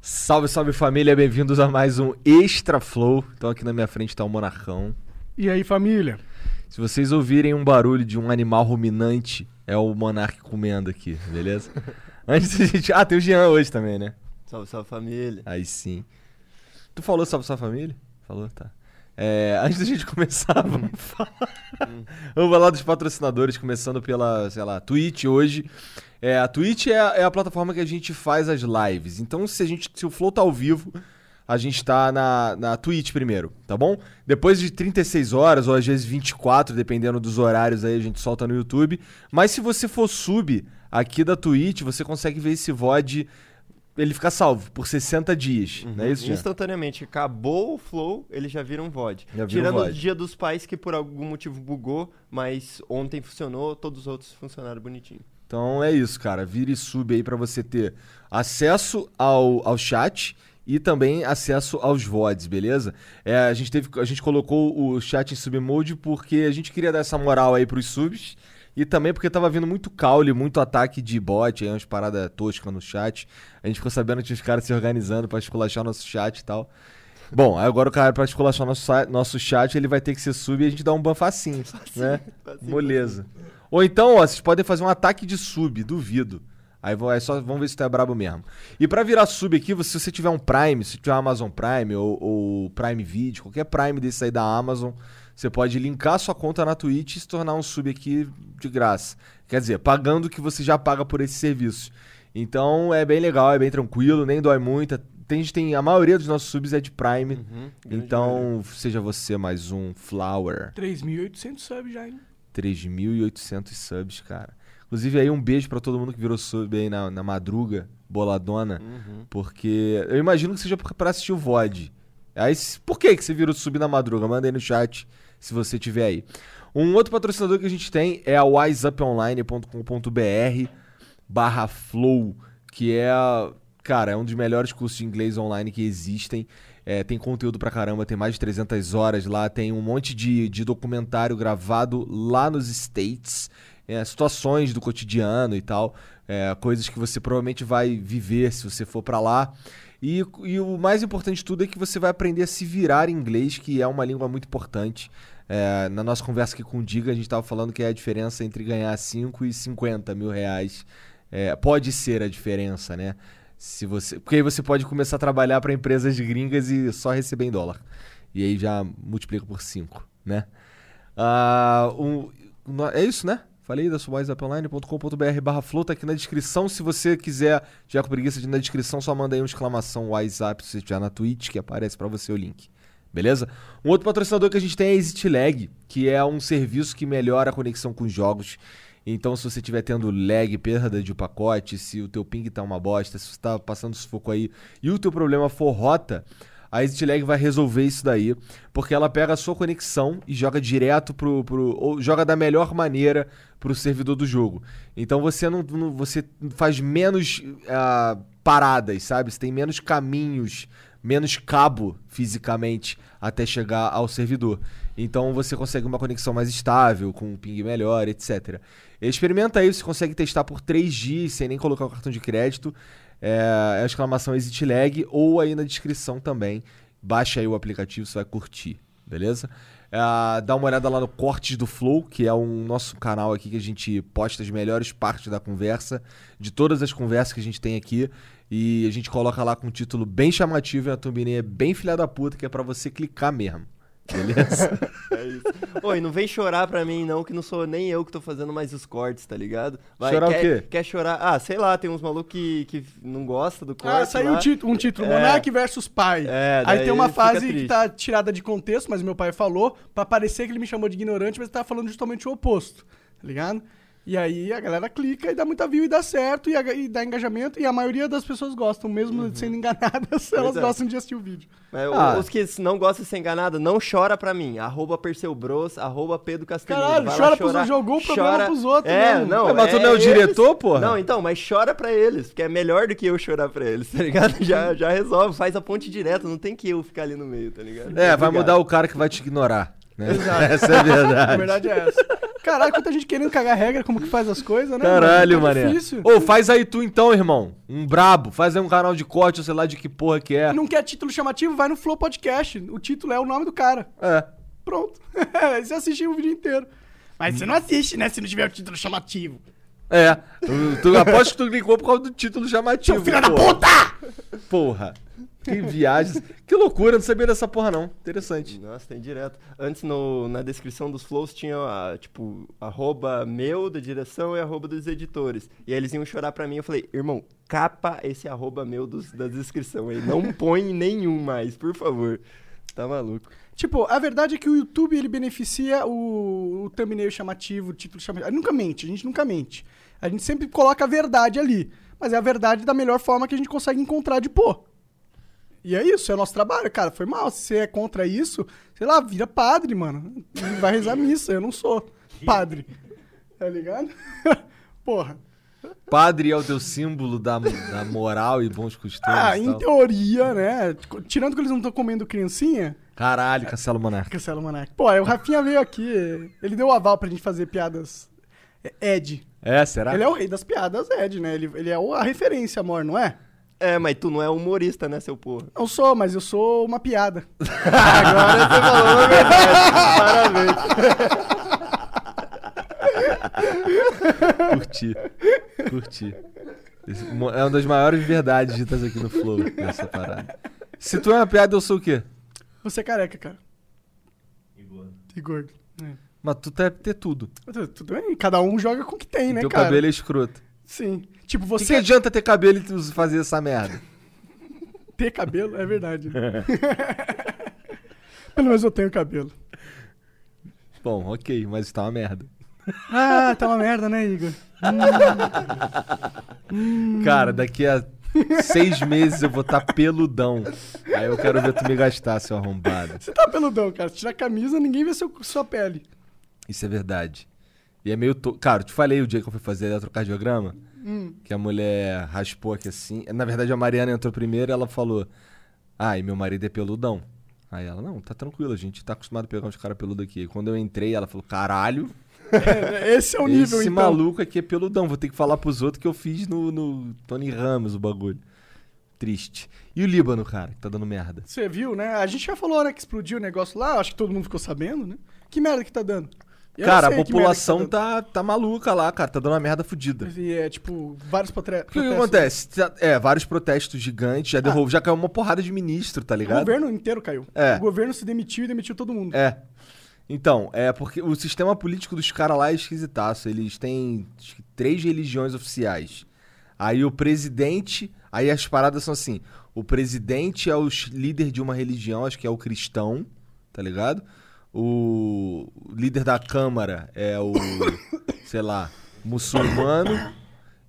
Salve, salve família, bem-vindos a mais um Extra Flow. Então aqui na minha frente tá o Monarcão. E aí, família? Se vocês ouvirem um barulho de um animal ruminante, é o Monark comendo aqui, beleza? Antes a gente. Ah, tem o Jean hoje também, né? Salve, salve família. Aí sim. Tu falou salve salve família? Falou, tá. É, antes da gente começar, vamos falar. vamos falar dos patrocinadores, começando pela, sei lá, Twitch hoje. É, a Twitch é a, é a plataforma que a gente faz as lives. Então, se a gente, se o Flow tá ao vivo, a gente tá na, na Twitch primeiro, tá bom? Depois de 36 horas, ou às vezes 24, dependendo dos horários aí, a gente solta no YouTube. Mas se você for sub aqui da Twitch, você consegue ver esse VOD. Ele fica salvo por 60 dias, não Uhum. é isso, Jean? Instantaneamente, acabou o flow, ele já vira um VOD. Já vira um Tirando o VOD. dia dos pais, que por algum motivo bugou, mas ontem funcionou, todos os outros funcionaram bonitinho. Então é isso, cara. Vira e sube aí pra você ter acesso ao, ao chat e também acesso aos VODs, beleza? É, a, gente teve, a gente colocou o chat em submode porque a gente queria dar essa moral aí pros subs. E também porque tava vindo muito caule, muito ataque de bot, aí umas paradas toscas no chat. A gente ficou sabendo que tinha os caras se organizando pra esculachar nosso chat e tal. Bom, aí agora o cara pra esculachar nosso, sa- nosso chat, ele vai ter que ser sub e a gente dá um ban facinho, né? facinho. Moleza. Ou então, ó, vocês podem fazer um ataque de sub, duvido. Aí, vão- aí só vamos ver se tu é brabo mesmo. E pra virar sub aqui, você- se você tiver um Prime, se tiver Amazon Prime ou, ou Prime Video, qualquer Prime desse aí da Amazon, você pode linkar sua conta na Twitch e se tornar um sub aqui de graça. Quer dizer, pagando o que você já paga por esse serviço. Então é bem legal, é bem tranquilo, nem dói muito. Tem, tem, a maioria dos nossos subs é de Prime. Uhum, grande maioria. Então, seja você mais um Flower. 3.800 subs já, hein? 3.800 subs, cara. Inclusive aí um beijo pra todo mundo que virou sub aí na, na madruga, boladona, Uhum. porque eu imagino que seja pra pra assistir o VOD. Aí, se- por que que você virou sub na madruga? Manda aí no chat se você tiver aí. Um outro patrocinador que a gente tem é a wiseuponline.com.br barra flow, que é, cara, é um dos melhores cursos de inglês online que existem. É, tem conteúdo pra caramba, tem mais de 300 horas lá, tem um monte de, de documentário gravado lá nos States, é, situações do cotidiano e tal, é, coisas que você provavelmente vai viver se você for pra lá. E, e o mais importante de tudo é que você vai aprender a se virar em inglês, que é uma língua muito importante. É, na nossa conversa aqui com o Diga, a gente estava falando que é a diferença entre ganhar 5 e 50 mil reais. É, pode ser a diferença, né? Se você, porque aí você pode começar a trabalhar para empresas gringas e só receber em dólar. E aí já multiplica por 5, né? Ah, um- no- é isso, né? Falei da wiseuponline.com.br barra flow, tá aqui na descrição. Se você quiser, já com preguiça de ir na descrição, só manda aí uma exclamação WhatsApp se você estiver na Twitch, que aparece para você o link. Beleza? Um outro patrocinador que a gente tem é a Exit Lag, que é um serviço que melhora a conexão com os jogos. Então, se você estiver tendo lag, perda de pacote, se o teu ping tá uma bosta, se você tá passando sufoco aí e o teu problema for rota, a Exit Lag vai resolver isso daí, porque ela pega a sua conexão e joga direto pro, pro ou joga da melhor maneira pro servidor do jogo. Então você não, não- você faz menos ah, paradas, sabe? Você tem menos caminhos, menos cabo fisicamente até chegar ao servidor. Então você consegue uma conexão mais estável, com um ping melhor, etc. Experimenta aí, você consegue testar por 3 dias sem nem colocar o cartão de crédito. É, é a exclamação Exit Lag ou aí na descrição também. Baixa aí o aplicativo, você vai curtir, beleza? Ah, dá uma olhada lá no Cortes do Flow, que é um nosso canal aqui que a gente posta as melhores partes da conversa, de todas as conversas que a gente tem aqui. E a gente coloca lá com um título bem chamativo e uma thumbnail bem filha da puta, que é pra você clicar mesmo. Beleza? É isso. Oi, não vem chorar pra mim, não, que não sou nem eu que tô fazendo mais os cortes, tá ligado? Chorar o quer, quê? Quer chorar? Ah, sei lá, tem uns malucos que, que não gostam do corte. Ah, saiu lá. um título, um título É. Monark versus Pai. É, Aí daí tem uma fica fase triste. que tá tirada de contexto, mas meu pai falou, pra parecer que ele me chamou de ignorante, mas ele tava falando justamente o oposto, tá ligado? E aí a galera clica e dá muita view e dá certo, e, a- e dá engajamento, e a maioria das pessoas gostam, mesmo sendo enganadas, elas é. gostam de assistir o vídeo. É, Ah. Os que não gostam de ser enganado, não chora pra mim. Arroba Perseu Bros, arroba Pedro Castelino. Caralho, Vai lá chora pros- chorar. jogou o problema pros outros, É, mano. não. Mas tu não é o eles. diretor, porra? Não, então, mas chora pra eles, porque é melhor do que eu chorar pra eles, tá ligado? Já, já resolve, faz a ponte direto, não tem que eu ficar ali no meio, tá ligado? É, vai Obrigado. mudar o cara que vai te ignorar. Né? Essa é a A verdade. verdade é essa. Caralho, quanta gente querendo cagar regra, como que faz as coisas, né? Caralho, mano? Tá mané. difícil. Ô, faz aí tu então, irmão. Um brabo. Faz aí um canal de corte, ou sei lá de que porra que é. Não quer título chamativo? Vai no Flow Podcast. O título é o nome do cara. É. Pronto. Aí você assistiu o vídeo inteiro. Mas você não assiste, né? Se não tiver o título chamativo. É. Tu, tu, aposto que tu clicou por causa do título chamativo. Seu filho da porra. puta! Porra. Que viagem. Que loucura, não sabia dessa porra, não. Interessante. Nossa, tem direto. Antes, no- na descrição dos flows, tinha, ah, tipo, arroba meu da direção e arroba dos editores. E aí eles iam chorar pra mim, eu falei, irmão, capa esse arroba meu dos- da descrição aí. Não põe nenhum mais, por favor. Tá maluco. Tipo, a verdade é que o YouTube ele beneficia o, o thumbnail chamativo, o título chamativo. Nunca mente, a gente nunca mente. A gente sempre coloca a verdade ali. Mas é a verdade da melhor forma que a gente consegue encontrar de pôr. E é isso, é o nosso trabalho, cara. Foi mal. Se você é contra isso, sei lá, vira padre, mano. E Vai rezar missa. Eu não sou padre. Tá ligado? Porra. Padre é o teu símbolo da, da moral e bons costumes. Ah, e em tal. teoria, né? Tirando que eles não estão comendo criancinha, Caralho, cancela o monarca. Cancela o Monark. Pô, aí o Rafinha veio aqui, ele deu o aval pra gente fazer piadas é, Ed. É, será? Ele é o rei das piadas Ed, né? Ele, ele é o- a referência, amor, não é? É, mas tu não é humorista, né, seu porra? Não sou, mas eu sou uma piada. Agora você falou uma verdade. Parabéns. um- Curti. Curti. Esse mo- É uma das maiores verdades ditas aqui no Flow, essa parada. Se tu é uma piada, eu sou o quê? Você é careca, cara. E gordo. E gordo. é. Mas tu deve ter tudo. Tu- Tudo bem, cada um joga com o que tem, né, teu cara? cabelo é escroto. Sim. Tipo, O que, é que você adianta ter cabelo e tu fazer essa merda? ter cabelo, é verdade. Pelo menos eu tenho cabelo. Bom, ok, mas tá uma merda. Ah, tá uma merda, né, Igor? Hum. Cara, daqui a seis meses eu vou estar peludão. Aí eu quero ver tu me gastar, seu arrombado. Você tá peludão, cara. Se tirar a camisa, ninguém vê seu, sua pele. Isso é verdade. E é meio. To... Cara, eu te falei o dia que eu fui fazer eletrocardiograma. Que a mulher raspou aqui assim. Na verdade, a Mariana entrou primeiro e ela falou: Ah, e meu marido é peludão. Aí ela, não, tá tranquilo, a gente tá acostumado a pegar uns caras peludos aqui. E Quando eu entrei, ela falou: Caralho, É, Esse é o nível, esse então. maluco aqui é peludão. Vou ter que falar pros outros que eu fiz no, no Tony Ramos o bagulho. Triste. E o Líbano, cara, que tá dando merda. Você viu, né? A gente já falou, né, que explodiu o negócio lá. Acho que todo mundo ficou sabendo, né? Que merda que tá dando? Eu cara, a não sei que população merda que tá, tá maluca lá, cara. Tá dando uma merda fodida. dando. E é, tipo, vários potre... O que, que acontece? Tá- É, vários protestos gigantes, já derrubou, já caiu uma porrada de ministro, tá O ligado? governo inteiro caiu. É. O governo se demitiu e demitiu todo mundo. É. Então, é porque o sistema político dos caras lá é esquisitaço. Eles têm acho que, três religiões oficiais. Aí o presidente. Aí as paradas são assim: o presidente é o ch- líder de uma religião, acho que é o cristão, tá ligado? O líder da Câmara é o, sei lá, muçulmano.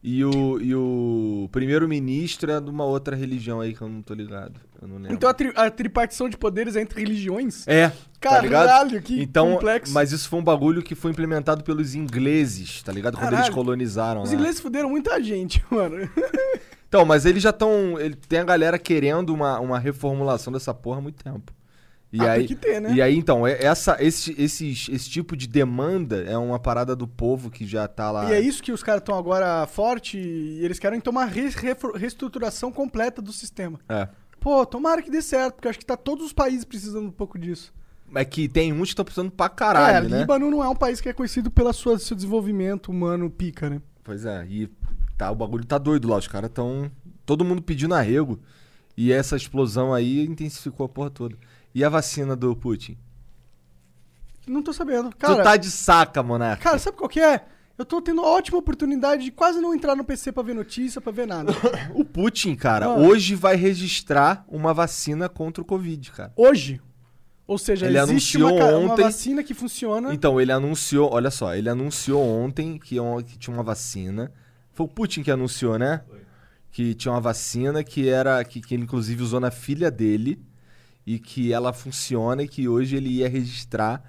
E o, e o primeiro-ministro é de uma outra religião aí que eu não tô ligado. Eu não lembro. Então a, tri- a tripartição de poderes é entre religiões? É. tá Caralho, ligado? que então, complexo. Mas isso foi um bagulho que foi implementado pelos ingleses, tá ligado? Quando eles Caralho. colonizaram Os lá. ingleses fuderam muita gente, mano. Então, mas eles já estão. Ele, tem a galera querendo uma, uma reformulação dessa porra há muito tempo. E Ah, aí, tem que ter, né? E aí, então, é- essa, esse, esses- esse tipo de demanda é uma parada do povo que já tá lá. E é isso que os caras estão agora forte e eles querem tomar re- refor- reestruturação completa do sistema. É. Pô, tomara que dê certo, porque eu acho que tá todos os países precisando um pouco disso. É que tem uns que estão precisando pra é, caralho, né? Líbano não é um país que é conhecido pelo seu desenvolvimento humano pica, né? Pois é, e tá, o bagulho tá doido lá. Os caras tão. Todo mundo pedindo arrego. E essa explosão aí intensificou a porra toda. E a vacina do Putin? Não tô sabendo. tu Cara, tá de saca, monarca. cara sabe qual que é? Eu tô tendo a ótima oportunidade de quase não entrar no PC pra ver notícia, pra ver nada. O Putin, cara, Ah. hoje vai registrar uma vacina contra o Covid, cara. Hoje. Ou seja, Ele existe uma, anunciou ca- uma ontem- vacina que funciona. Então, ele anunciou, olha só, ele anunciou ontem que, on- que tinha uma vacina. Foi o Putin que anunciou, né? Que tinha uma vacina que era. Que, que ele inclusive usou na filha dele e que ela funciona e que hoje ele ia registrar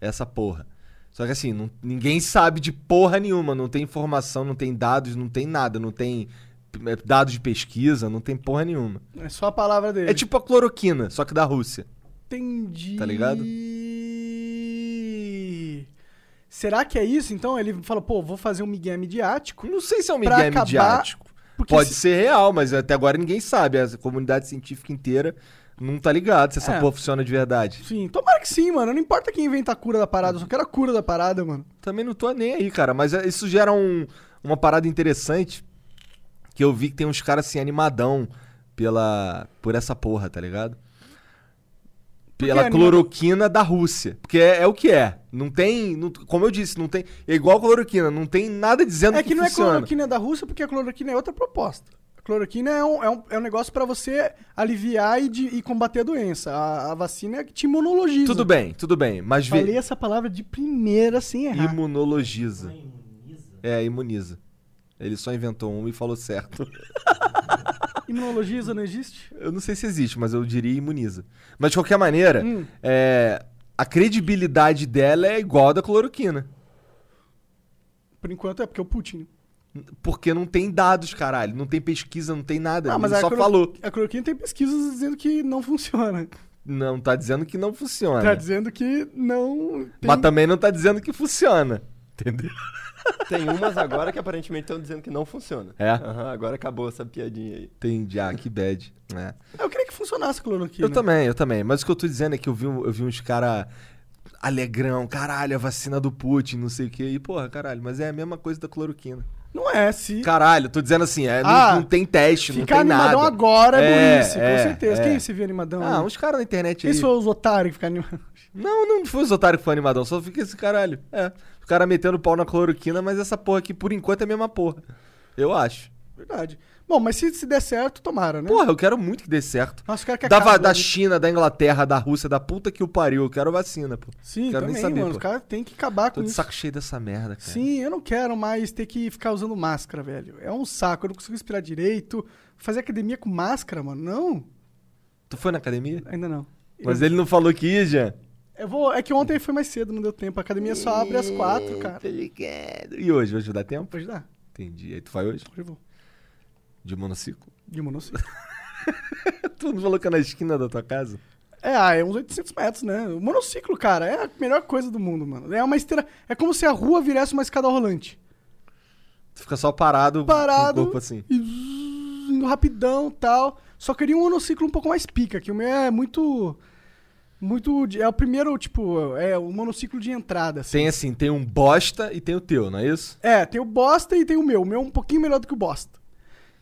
essa porra. Só que assim, não- ninguém sabe de porra nenhuma, não tem informação, não tem dados, não tem nada, não tem eh, dados de pesquisa, não tem porra nenhuma. É só a palavra dele. É tipo a cloroquina, só que da Rússia. Entendi. Tá ligado? Será que é isso? Então ele fala, pô, vou fazer um migué midiático. Não sei se é um Pra migué acabar- midiático. Porque Pode se- ser real, mas até agora ninguém sabe. A comunidade científica inteira não tá ligada se essa É. porra funciona de verdade. Sim, tomara que sim, mano. Não importa quem inventa a cura da parada, eu só quero a cura da parada, mano. Também não tô nem aí, cara. Mas é, isso gera um- uma parada interessante que eu vi que tem uns caras assim animadão pela por essa porra, tá ligado? que Pela animado? cloroquina da Rússia. Porque é, é o que é. Não tem. não- como eu disse, não tem. É igual a cloroquina, não tem nada dizendo É que não é funciona. cloroquina da Rússia, porque a cloroquina é outra proposta. A cloroquina é um, é um, é um negócio pra você aliviar e, de- e combater a doença. A, a vacina é que te imunologiza. Tudo bem, tudo bem. Mas vê. Falei essa palavra de primeira sem errar. Imunologiza. É, imuniza. Ele só inventou um e falou certo. Imunologiza não existe? Eu não sei se existe, mas eu diria imuniza. Mas de qualquer maneira, Hum. é, a credibilidade dela é igual à da cloroquina. Por enquanto é porque é o Putin. Porque não tem dados, caralho. Não tem pesquisa, não tem nada. Ah, mas Ele a só cloro- falou. A cloroquina tem pesquisas dizendo que não funciona. Não tá dizendo que não funciona. Tá dizendo que não. Tem... Ah, é. Mas também não tá dizendo que funciona. Entendeu? Tem umas agora que aparentemente estão dizendo que não funciona. É? Aham, agora acabou essa piadinha aí. Entendi. Ah, que bad. É. Eu queria que funcionasse a cloroquina. Eu também, eu também. Mas o que eu tô dizendo é que eu vi, um- eu vi uns cara alegrão, caralho, a vacina do Putin, não sei o quê. E, porra, caralho, mas é a mesma coisa da cloroquina. Não é, se. Caralho, tô dizendo assim, é, não- Ah, não, tem teste, não tem Ficar animadão nada. agora é, É, burrice, é, com certeza. Então, é. Quem se viu animadão? Ah, aí? uns caras na internet aí. Quem são os otários que ficam animados? Não, não foi os otários que foi animadão, só fica esse caralho. É, o cara metendo pau na cloroquina, mas essa porra aqui, por enquanto, é a mesma porra. Eu acho. Verdade. Bom, mas se, se der certo, tomara, né? Porra, eu quero muito que dê certo. Nossa, o cara que Da, va- acaba- da China, da Inglaterra, da Rússia, da puta que o pariu, eu quero vacina, pô. Sim, quero também, nem saber, mano. pô. Os caras têm que acabar Tô com de é. isso. saco cheio dessa merda, cara. Sim, eu não quero mais ter que ficar usando máscara, velho. É um saco, eu não consigo respirar direito. Fazer academia com máscara, mano, não. Tu foi na academia? Ainda não. Mas ele não falou que ia, Jean. Eu vou... É que ontem foi mais cedo, não deu tempo. A academia só abre às quatro, cara. Tô ligado. E hoje? Hoje dá tempo? Pode dar. Entendi. Aí tu vai hoje? Hoje eu vou. De monociclo? De monociclo. Tu não falou que é na esquina da tua casa? É, ah, é uns 800 metros, né? O monociclo, cara, é a melhor coisa do mundo, mano. É uma esteira. É como se a rua virasse uma escada rolante. Tu fica só parado, Parado. com o corpo assim. E zzz, indo rapidão tal. Só queria um monociclo um pouco mais pica, que o meu é muito. Muito. de- É o primeiro, tipo, é o monociclo de entrada. assim. Tem assim, tem um bosta e tem o teu, não é isso? É, tem o bosta e tem o meu. O meu é um pouquinho melhor do que o bosta.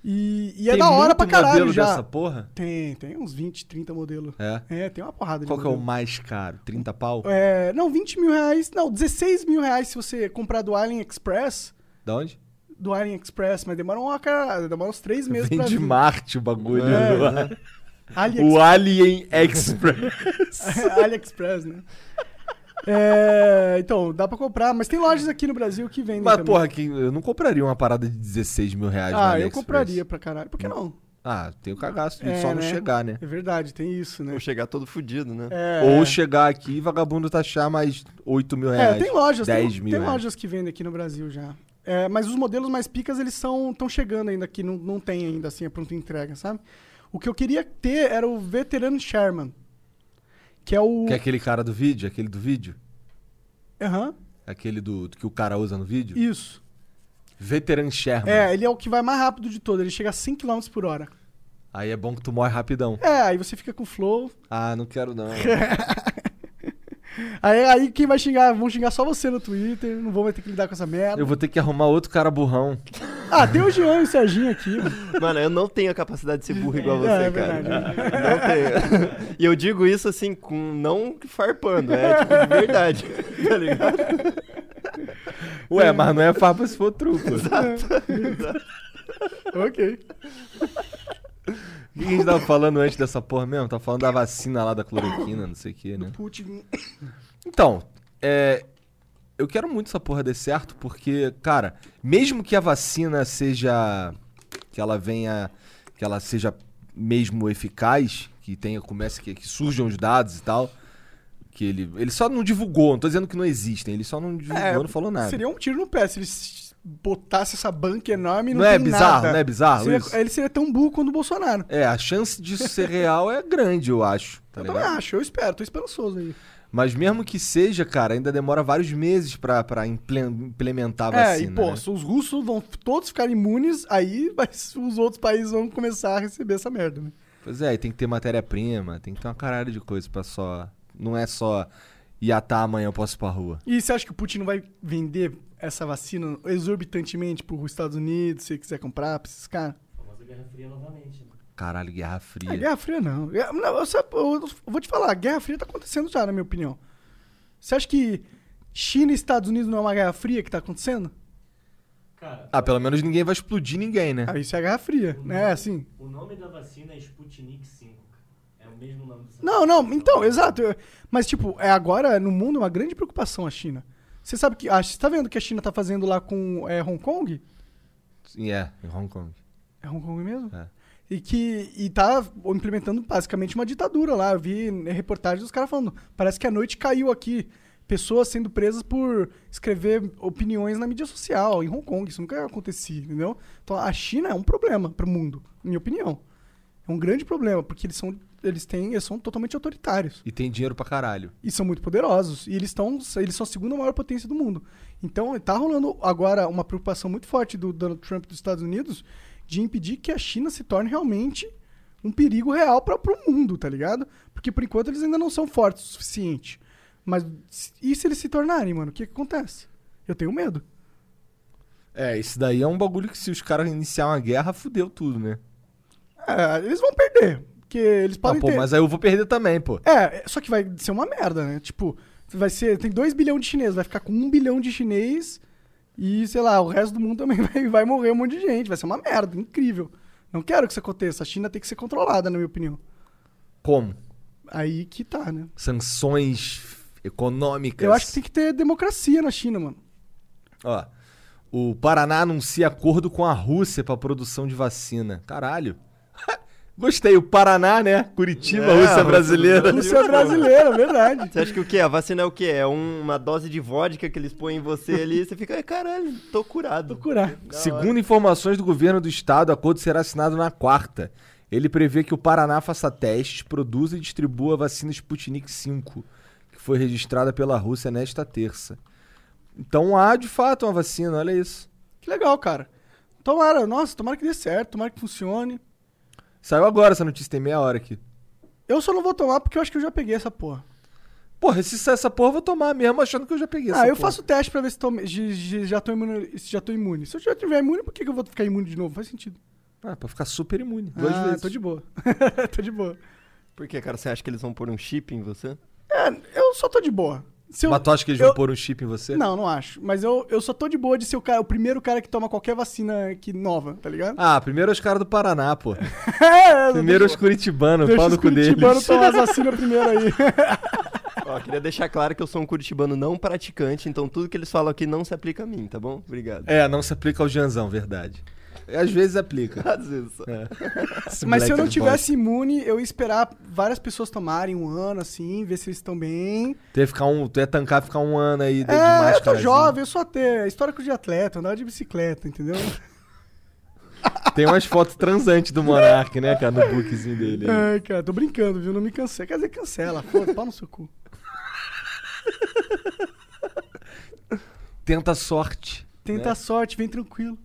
E, e é tem da hora muito pra caralho modelo já. dessa porra? Tem, tem uns 20, 30 modelos. É. É, tem uma porrada de Qual que é o modelo. mais caro? 30 pau? É, não, 20 mil reais. Não, 16 mil reais se você comprar do AliExpress. Da onde? Do AliExpress, mas demora uma cara. Demora uns três meses Vem pra de vir. Marte o bagulho. É, né? AliExpress, O Alien Express. AliExpress, né? É, então, dá pra comprar, mas tem lojas aqui no Brasil que vendem. Mas, também. porra, que eu não compraria uma parada de 16 mil reais no ah, eu AliExpress. compraria pra caralho. Por que não? Ah, tem o cagaço de É, só não né? chegar, né? É verdade, tem isso, né? Vou chegar todo fudido, né? É, Ou chegar aqui e vagabundo taxar mais 8 mil é, reais. tem lojas, 10 tem, mil é. tem reais. lojas que vendem aqui no Brasil já. É, mas os modelos mais picas, eles são estão chegando ainda aqui, não, não tem ainda assim a pronta entrega, sabe? O que eu queria ter era o veterano Sherman, que é o Que é aquele cara do vídeo? Aquele do vídeo? Aham, Aquele do, do que o cara usa no vídeo? isso. Veteran Sherman. É, ele é o que vai mais rápido de todo. Ele chega a 100 km por hora. Aí é bom que tu morre rapidão. É, aí você fica com flow. Ah, não quero não. Aí, aí quem vai xingar? Vão xingar só você no Twitter. Não vou mais ter que lidar com essa merda. Eu vou ter que arrumar outro cara burrão. Ah, tem o Jean e o Serginho aqui. mano. Mano, eu não tenho a capacidade de ser burro igual É, você, é cara. verdade. Não tenho. E eu digo isso assim, com não farpando, é tipo de verdade. Tá ligado? Ué, mas não é farpa se for truco. ok. O que a gente tava falando antes dessa porra mesmo? Tava falando da vacina lá da cloroquina, não sei o que, né? Putin. Então, é. Eu quero muito essa porra dê certo, porque, cara, mesmo que a vacina seja. que ela venha. que ela seja mesmo eficaz, que tenha, comece, que, que surjam os dados e tal. Que ele. Ele só não divulgou, não tô dizendo que não existem, ele só não divulgou, É, não falou nada. Seria um tiro no pé se ele s- botasse essa banca enorme e não, Não é tem bizarro, um nada. não é bizarro Seria- isso? Ele seria tão burro quanto o Bolsonaro. É, a chance disso ser real é grande, eu acho. Tá eu ligado? também acho, eu espero, tô esperançoso aí. Mas mesmo que seja, cara, ainda demora vários meses pra, pra imple- implementar a É, vacina. e pô, né? se os russos vão todos ficar imunes, aí vai- os outros países vão começar a receber essa merda, né? Pois é, e tem que ter matéria-prima, tem que ter uma caralho de coisa pra só. Não é só iatar amanhã eu posso ir pra rua. E você acha que o Putin não vai vender essa vacina exorbitantemente pros Estados Unidos, se quiser comprar pra esses caras? Famosa Guerra Fria novamente, né? Caralho, Guerra Ah, Fria. Guerra Fria não. Guerra- não, eu, só- eu vou te falar, Guerra Fria tá acontecendo já, na minha opinião. Você acha que China e Estados Unidos não é uma Guerra Fria que tá acontecendo? Cara, Ah, pelo menos ninguém vai explodir ninguém, né? Ah, isso é Guerra Fria, né? Assim. o nome da vacina é Sputnik 5. cara. É o mesmo nome dessa Não, não, então, exato. eu- Mas, tipo, é agora no mundo uma grande preocupação a China. Você sabe que. Ah, você tá vendo o que a China tá fazendo lá com é, Hong Kong? Sim, é, em Hong Kong. É Hong Kong mesmo? É. E que. E tá implementando basicamente uma ditadura lá. Eu vi reportagem dos caras falando. Parece que a noite caiu aqui. Pessoas sendo presas por escrever opiniões na mídia social em Hong Kong. Isso nunca acontecia, entendeu? Então a China é um problema pro mundo, na minha opinião. É um grande problema, porque eles são. Eles têm. Eles são totalmente autoritários. E tem dinheiro pra caralho. e são muito poderosos. E eles, estão eles são a segunda maior potência do mundo. Então, tá rolando agora uma preocupação muito forte do Donald Trump dos Estados Unidos de impedir que a China se torne realmente um perigo real para o mundo, tá ligado? Porque, por enquanto, eles ainda não são fortes o suficiente. Mas se- e se eles se tornarem, mano? O que, que acontece? Eu tenho medo. É, isso daí é um bagulho que se os caras iniciar uma guerra, fudeu tudo, né? É, eles vão perder. Porque eles Ah, podem pô, ter... mas aí eu vou perder também, pô. É, só que vai ser uma merda, né? Tipo, vai ser. Tem 2 bilhões de chineses, vai ficar com 1 bilhão de chinês e, sei lá, o resto do mundo também vai, vai morrer um monte de gente. Vai ser uma merda, incrível. Não quero que isso aconteça. A China tem que ser controlada, na minha opinião. Como? Aí que tá, né? Sanções econômicas. Eu acho que tem que ter democracia na China, mano. Ó, o Paraná anuncia acordo com a Rússia pra produção de vacina. Caralho. Gostei, o Paraná, né? Curitiba, É, Rússia Rússia brasileira. brasileira. Isso é brasileiro, é verdade. Você acha que o quê? A vacina é o quê? É um- uma dose de vodka que eles põem em você ali e você fica, "Ai, caralho, tô curado. Vou curar. Da hora. Segundo informações do governo do estado, o acordo será assinado na quarta. Ele prevê que o Paraná faça testes, produza e distribua a vacina Sputnik 5, que foi registrada pela Rússia nesta terça. Então há de fato uma vacina, olha isso. Que legal, cara. Tomara, nossa, tomara que dê certo, tomara que funcione. Saiu agora essa notícia, tem meia hora aqui. Eu só não vou tomar porque eu acho que eu já peguei essa porra. Porra, se sair essa porra, eu vou tomar mesmo achando que eu já peguei essa ah, eu porra. faço o teste pra ver se, tô, se- se já tô imune, se já tô imune. Se eu já tiver imune, por que, que eu vou ficar imune de novo? Faz sentido. Ah, pra ficar super imune. Duas ah, vezes. tô de boa. tô de boa. Por que, cara? Você acha que eles vão pôr um chip em você? É, eu só tô de boa. Se eu, Mas tu acha que eles eu- vão pôr um chip em você? Não, não acho. Mas eu, eu só tô de boa de ser o, cara, o primeiro cara que toma qualquer vacina que nova, tá ligado? Ah, primeiro os caras do Paraná, pô. É, Primeiro os curitibanos, Deixa pau os no cu deles. curitibanos tomar as vacinas primeiro aí. Ó, queria deixar claro que eu sou um curitibano não praticante, então tudo que eles falam aqui não se aplica a mim, tá bom? Obrigado. É, não se aplica ao Janzão, verdade. Às vezes aplica. Às vezes. É. Esse Mas se moleque eu não é tivesse imune, eu ia esperar várias pessoas tomarem um ano, assim, ver se eles estão bem. bosta. Tu ia, ficar um, tu ia tancar ficar um ano aí de, assim. de É, eu tô máscarazinha. jovem, eu sou até histórico de atleta, andava de bicicleta, entendeu? Tem umas fotos transantes do Monark, né, cara, no bookzinho dele. Ai, É, cara, tô brincando, viu? Não me cancela. Quer dizer, cancela. Foda, pau no seu cu. Tenta a sorte. Tenta né? a sorte, vem tranquilo.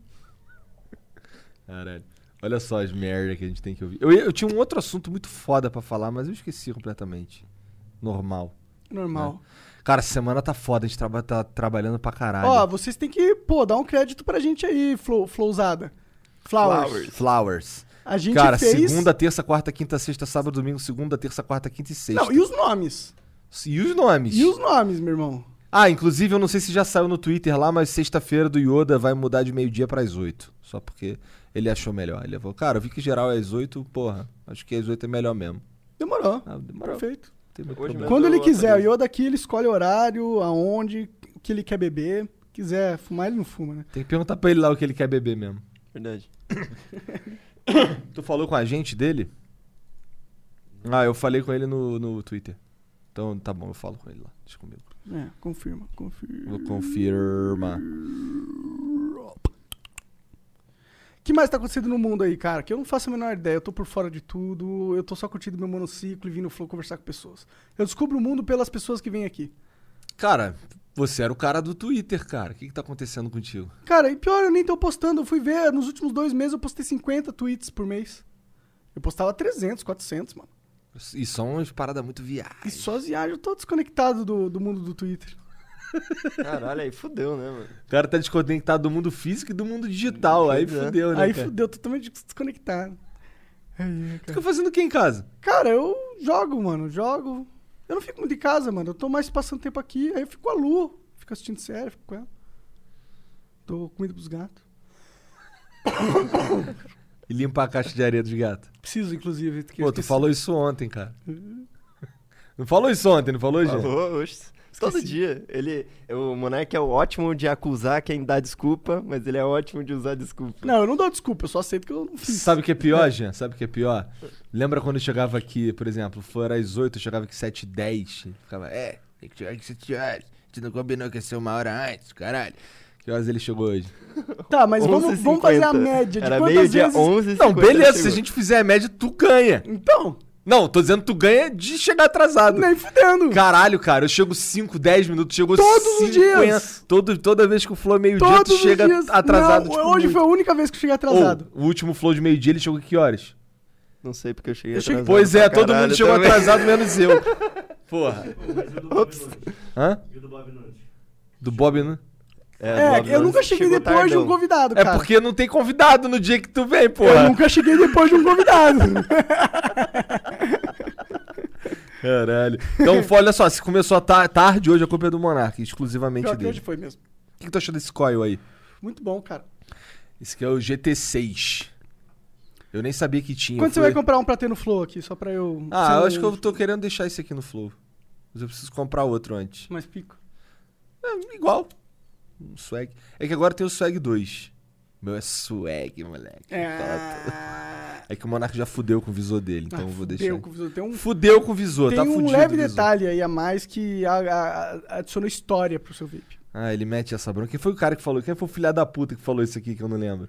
Caralho. Olha só as merda que a gente tem que ouvir. Eu, eu tinha um outro assunto muito foda pra falar, mas eu esqueci completamente. Normal. Normal. Cara, essa semana tá foda, a gente traba- tá trabalhando pra caralho. Ó, vocês têm que, pô, dar um crédito pra gente aí, Flo, Flowzada. Flowers. Flowers. A gente Cara, fez... segunda, terça, quarta, quinta, sexta, sábado, domingo, segunda, terça, quarta, quinta e sexta. Não, e os nomes? E os nomes? E os nomes, meu irmão? Ah, inclusive, eu não sei se já saiu no Twitter lá, mas sexta-feira do Yoda vai mudar de meio-dia pras oito. Só porque ele achou melhor. Ele falou, cara, eu vi que geral é às oito, porra, acho que às oito é melhor mesmo. Demorou. Ah, demorou. Perfeito. não Tem muito Hoje problema. mesmo. Quando ele eu quiser, o atualizo. Yoda aqui, ele escolhe horário, aonde, o que ele quer beber. Quiser fumar, ele não fuma, né? Tem que perguntar pra ele lá o que ele quer beber mesmo. Verdade. Tu falou com a gente dele? Ah, eu falei com ele no, no Twitter. Então tá bom, eu falo com ele lá. Deixa comigo. É, confirma, confirma. Vou confirmar. que mais tá acontecendo no mundo aí, cara? Que eu não faço a menor ideia. Eu tô por fora de tudo. Eu tô só curtindo meu monociclo e vindo no Flow conversar com pessoas. Eu descubro o mundo pelas pessoas que vêm aqui. Cara, você era o cara do Twitter, cara. O que, que tá acontecendo contigo? Cara, e pior, eu nem tô postando. Eu fui ver, nos últimos dois meses eu postei 50 tweets por mês. Eu postava 300, 400, mano. E são umas paradas muito E viagens. só as viagens, eu tô desconectado do, do mundo do Twitter. Caralho, aí fudeu, né, mano? O cara tá desconectado do mundo físico e do mundo digital. Aí Pois é. fudeu, né? Aí cara? fudeu, totalmente desconectado. Aí, cara. Fica fazendo o que em casa? Cara, eu jogo, mano, jogo. Eu não fico muito em casa, mano. Eu tô mais passando tempo aqui. Aí eu fico com a Lu. Fico assistindo série, fico com ela. Dou comida pros gatos. E limpar a caixa de areia dos gatos. Preciso, inclusive. que eu Pô, tu esqueci. falou isso ontem, cara. Não falou isso ontem, não falou, gente? Falou, oxe. Todo dia. Ele, o Monark é o ótimo de acusar quem dá desculpa, mas ele é ótimo de usar desculpa. Não, eu não dou desculpa, eu só aceito que eu não fiz. Sabe o que é pior, Jean? Sabe o que é pior? Lembra quando eu chegava aqui, por exemplo, fora às 8, eu chegava aqui 7 10 Ficava, é, tem que chegar aqui 7 horas. A gente não combinou que ia ser uma hora antes, caralho. Que horas ele chegou hoje? Tá, mas vamos, 11h50. vamos fazer a média de Era quantas meio-dia, vezes. 11 Não, beleza, se a gente fizer a média, tu ganha. Então, Não, tô dizendo tu ganha de chegar atrasado. nem fudendo. Caralho, cara, eu chego 5, 10 minutos, chegou Todos os 50. dias. Todo, toda vez que o Flow é meio-dia, Todos tu os chega dias. atrasado. Não, tipo, hoje muito. foi a única vez que eu cheguei atrasado. Ou, o último Flow de meio-dia, ele chegou que horas? Não sei porque eu cheguei Eu cheguei- atrasado Pois é, pra todo caralho mundo chegou também. atrasado, menos eu. Porra. Pô, mas e o do Bob Nunes? Hã? E o do Bob Nunes? Do Bob, né? É, Bob eu nunca Jones cheguei chegou depois de um tardão. convidado, É cara. porque não tem convidado no dia que tu vem, Eu porra. nunca cheguei depois de um convidado. Caralho. Então, fo- olha só, se começou a ta- tarde hoje, a culpa é do Monark, exclusivamente Pior que dele. hoje foi mesmo. O que, que tu achou desse coil aí? Muito bom, cara. Esse aqui é o GT6. Eu nem sabia que tinha. Quando você eu vai fui- comprar um pra ter no Flow aqui, só pra eu. Ah, ser eu um- acho que eu tô querendo deixar esse aqui no Flow. Mas eu preciso comprar outro antes. Mais pico. É, igual. Um swag. É que agora tem o swag 2. Meu é swag, moleque. Tá, tá. É. É que o Monark já fudeu com o visor dele, então Ah, eu vou fudeu deixar. com o visor. Tem um, Fudeu com o visor, tem tá um fudido. leve o visor. detalhe aí a mais que a- a- a- adiciona história pro seu VIP. Ah, ele mete essa bronca. Quem foi o cara que falou? Quem foi o filho da puta que falou isso aqui que eu não lembro?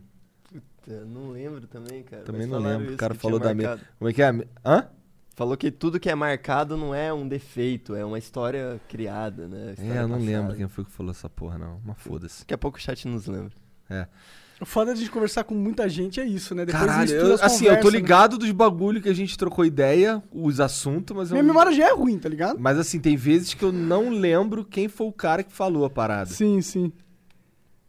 Puta, Não lembro também, cara. Também mas não falaram lembro, o isso cara que falou tinha da me- marcado. Como é que é? Hã? Falou que tudo que é marcado não é um defeito, é uma história criada, né? História É, eu não passada. lembro quem foi que falou essa porra, não. Mas foda-se. Daqui a pouco o chat nos lembra. O foda de a gente conversar com muita gente é isso, né? Depois Caralho, mistura eu- as assim, eu tô conversas, né? ligado dos bagulho que a gente trocou ideia, os assuntos, mas eu. Minha não- memória já é ruim, tá ligado? Mas assim, tem vezes que eu não lembro quem foi o cara que falou a parada. Sim, sim.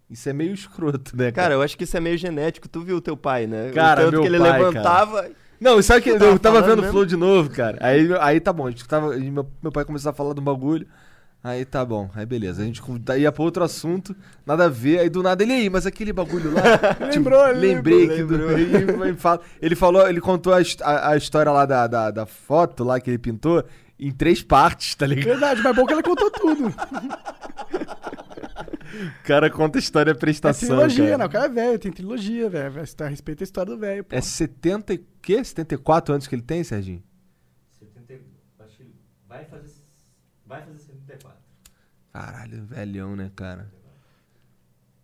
Isso é meio escroto, né, cara? Cara, eu acho que isso é meio genético. Tu viu o teu pai, né? Cara, o tanto meu que ele pai, levantava. Não, sabe que eu Tá Eu tava, tava falando vendo o mesmo. Flow de novo, cara. Aí, aí tá bom, a gente tava, aí meu, meu pai começou a falar de um bagulho. Aí tá bom, aí beleza. A gente com- daí ia pra outro assunto, nada a ver. Aí do nada ele, aí, mas aquele bagulho lá. Tipo, Lembrou, ele lembrei que lembrou, do- ele fala- Ele falou, ele contou a, his- a- a história lá da, da, da foto lá que ele pintou em três partes, tá ligado? Verdade, mas é bom que ela contou tudo. O cara conta a história É prestação. Tá cara. trilogia, né? O cara é velho, tem trilogia, velho. Vai estar- Respeita a história do velho, pô. É 70 e quê? 74 anos que ele tem, Serginho? 70, acho que ele vai fazer, vai fazer 74. Caralho, velhão, né, cara?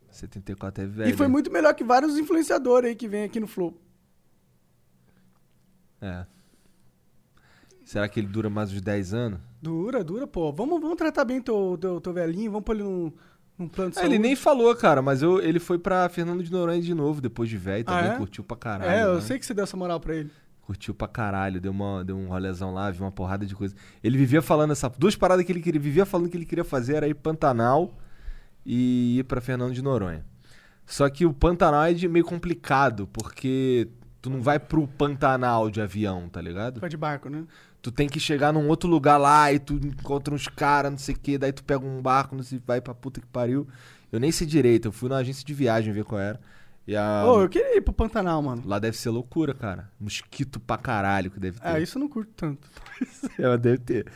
74 é velho. E foi muito melhor que vários influenciadores aí que vêm aqui no Flow. É. Será que ele dura mais uns 10 anos? Dura, dura, pô. Vamos, vamos tratar bem teu, teu, teu velhinho, vamos pôr ele num, num plano de É, saúde. ele nem falou, cara, mas eu, ele foi pra Fernando de Noronha de novo, depois de velho, também Ah, é? curtiu pra caralho. É, eu né? sei que você deu essa moral pra ele. Curtiu pra caralho, deu, uma, deu um rolezão lá, viu uma porrada de coisa. Ele vivia falando essa. Duas paradas que ele queria, vivia falando que ele queria fazer era ir Pantanal e ir pra Fernando de Noronha. Só que o Pantanal é de- meio complicado, porque tu não vai pro Pantanal de avião, tá ligado? Foi de barco, né? Tu tem que chegar num outro lugar lá e tu encontra uns caras, não sei o que, daí tu pega um barco, não sei, vai pra puta que pariu. Eu nem sei direito, eu fui na agência de viagem ver qual era. E a. Ô, eu queria ir pro Pantanal, mano. Lá deve ser loucura, cara. Mosquito pra caralho que deve ter. Ah, isso eu não curto tanto. É Ela deve ter.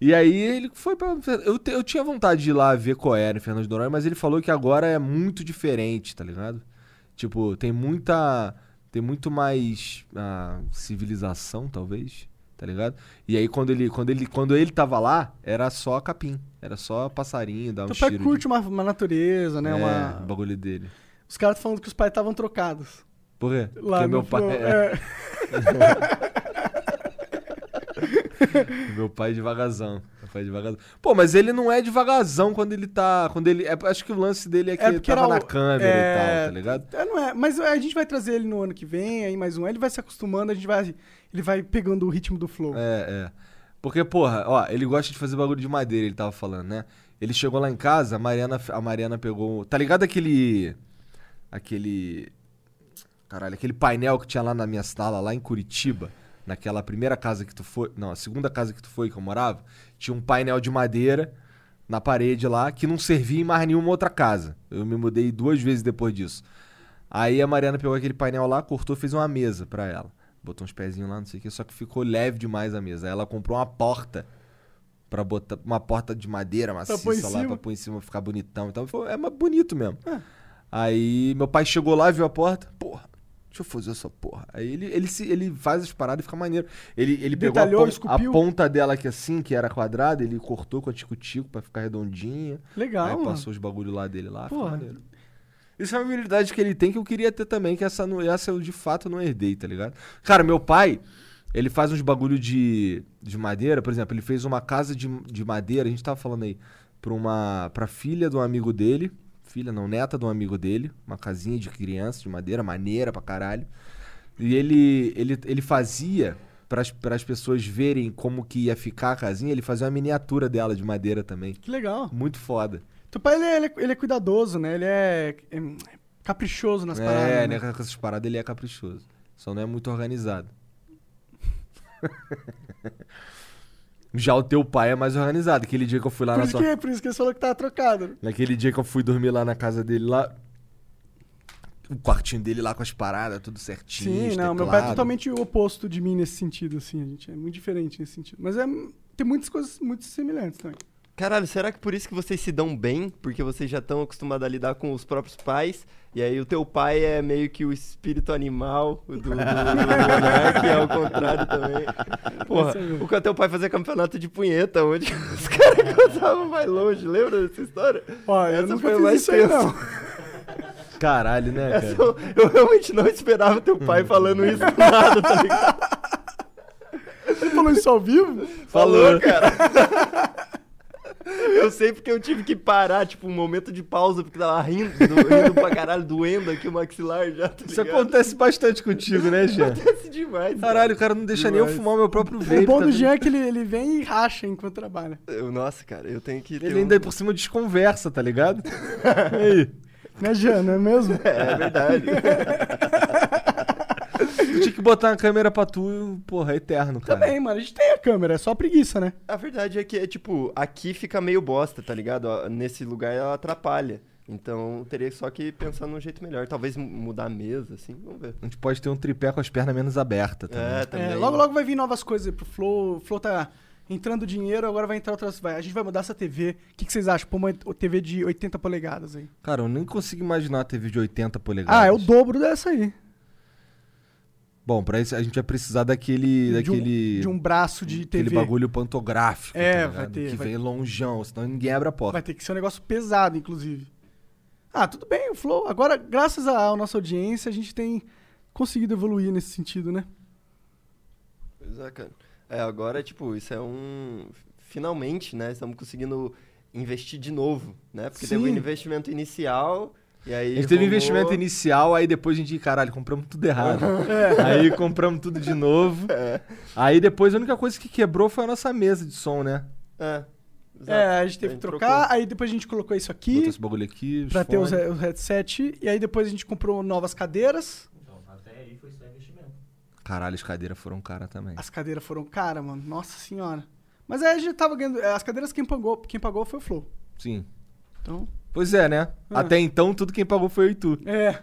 E aí ele foi pra. Eu, te- eu tinha vontade de ir lá ver qual era em Fernando de Noronha, mas ele falou que agora é muito diferente, tá ligado? Tipo, tem muita. Tem muito mais ah, civilização, talvez, tá ligado? E aí quando ele, quando ele quando ele tava lá, era só capim. Era só passarinho, dar um Teu tiro. pai de- curte uma, uma natureza, Então né? É, Uma- o bagulho dele. Os caras falando que os pais estavam trocados. Por quê? Lá Porque no meu pai, flow. é, É. meu pai é devagarzão. Meu pai é devagarzão. Pô, mas ele não é devagarzão quando ele tá. Quando ele, é, acho que o lance dele é que É ele porque tava era na o- câmera e é, tal, tá ligado? É, não é. Mas a gente vai trazer ele no ano que vem, aí mais um. Ele vai se acostumando, a gente vai. Ele vai pegando o ritmo do flow. É, é. Porque, porra, ó, ele gosta de fazer bagulho de madeira, ele tava falando, né? Ele chegou lá em casa, a Mariana, a Mariana pegou. Tá ligado aquele. Aquele. Caralho, aquele painel que tinha lá na minha sala, lá em Curitiba, naquela primeira casa que tu foi. Não, a segunda casa que tu foi que eu morava, tinha um painel de madeira na parede lá que não servia em mais nenhuma outra casa. Eu me mudei duas vezes depois disso. Aí a Mariana pegou aquele painel lá, cortou, fez uma mesa pra ela. Botou uns pezinhos lá, não sei o que, só que ficou leve demais a mesa. Aí ela comprou uma porta pra botar uma porta de madeira maciça pôr em lá cima. pra pôr em cima ficar bonitão. Então foi- é mas bonito mesmo. Aí meu pai chegou lá, viu a porta, porra. Deixa eu fazer essa porra. Aí ele, ele, se, ele faz as paradas e fica maneiro. Ele, ele pegou a Detalhou, pon- a, esculpiu. ponta dela aqui assim, que era quadrada, ele cortou com a tico-tico pra ficar redondinha. Legal, Aí mano. passou os bagulho lá dele lá, ficou Porra. maneiro. Isso é uma habilidade que ele tem que eu queria ter também, que essa, não- essa eu de fato não herdei, tá ligado? Cara, meu pai, ele faz uns bagulho de, de madeira, por exemplo, ele fez uma casa de, de madeira, a gente tava falando aí, pra uma pra filha de um amigo dele, filha não, neta de um amigo dele, uma casinha de criança de madeira, maneira pra caralho. E ele, ele, ele fazia, para as pessoas verem como que ia ficar a casinha, ele fazia uma miniatura dela de madeira também. Que legal. Muito foda. Teu pai, ele é, ele é- ele é cuidadoso, né? Ele é, é, caprichoso nas paradas. É, né? né? Com essas paradas ele é caprichoso. Só não é muito organizado. Já o teu pai é mais organizado. Aquele dia que eu fui Tá lá Por na isso, sua... que, por isso que ele falou que tava trocado. Naquele dia que eu fui dormir lá na casa dele lá. O quartinho dele lá com as paradas, tudo certinho. Sim, não, meu pai é teclado. totalmente o oposto de mim nesse sentido, assim, a gente é muito diferente nesse sentido. Mas é, tem muitas coisas muito semelhantes também. Caralho, será que por isso que vocês se dão bem? Porque vocês já estão acostumados a lidar com os próprios pais, e aí o teu pai é meio que o espírito animal do, do, do Monark, que é o contrário também. Porra, o que o teu pai fazia campeonato de punheta, onde os caras gostavam mais longe, lembra dessa história? Ó, eu Essa nunca foi a fiz mais isso aí, tensa. não. Caralho, né, cara? Essa eu, eu realmente não esperava teu pai falando isso do nada, tá ligado? Ele falou isso ao vivo? Falou. cara. Eu sei porque eu tive que parar, tipo, um momento de pausa, porque tava rindo, do- rindo pra caralho, doendo aqui o maxilar já, tá Isso ligado? acontece bastante contigo, né, Jean? Acontece demais. Caralho, o cara não deixa nem eu Demais. fumar meu próprio vape. tá O bom do também. Jean é que ele, ele vem e racha enquanto trabalha. Eu- nossa, cara, eu tenho que. ter Ele um- ainda é por cima desconversa, tá ligado? E aí? Né, Jean, não é mesmo? É verdade. Tu tinha que botar uma câmera pra tu, porra, é eterno, cara. Também, mano, a gente tem a câmera, é só preguiça, né? A verdade é que, é, tipo, aqui fica meio bosta, tá ligado? Ó, Nesse lugar ela atrapalha. Então teria só que pensar num jeito melhor. Talvez mu- mudar a mesa, assim, vamos ver. A gente pode ter um tripé com as pernas menos abertas também. É, também. É, logo, logo vai vir novas coisas aí pro Flow. O Flow tá entrando dinheiro, agora vai entrar outras. vai- a gente vai mudar essa TV. O que, que vocês acham? Pô, uma TV de 80 polegadas aí. Cara, eu nem consigo imaginar a TV de 80 polegadas. Ah, é o dobro dessa aí. Bom, pra isso a gente vai precisar daquele. de, um, daquele de um braço de aquele TV. bagulho pantográfico. tá É, ligado? vai ter- Que vai- vem longeão, senão ninguém abre a porta. Vai ter que ser um negócio pesado, inclusive. Ah, tudo bem, o Flow. Agora, graças à nossa audiência, a gente tem conseguido evoluir nesse sentido, né? Pois é, cara. É, agora, tipo, isso é um. Finalmente, né? Estamos conseguindo investir de novo, né? Porque teve um Sim. investimento inicial. E aí A gente teve um rumou- investimento inicial, aí depois a gente, caralho, compramos tudo errado. É. Aí compramos tudo de novo. Aí depois a única coisa que quebrou foi a nossa mesa de som, né? É, exato. É, a gente teve que trocar, trocou. aí depois a gente colocou isso Botou aqui esse bagulho aqui. os pra ter os, fones. he- o headset, e aí depois a gente comprou novas cadeiras. Então, até aí foi só investimento. Caralho, as cadeiras foram cara também. As cadeiras foram cara, mano. Nossa senhora. Mas aí a gente tava ganhando. é, As cadeiras quem pagou, quem pagou foi o Flow. Sim. Então. Pois é, né? Ah. Até então, tudo quem pagou foi o Itu. É.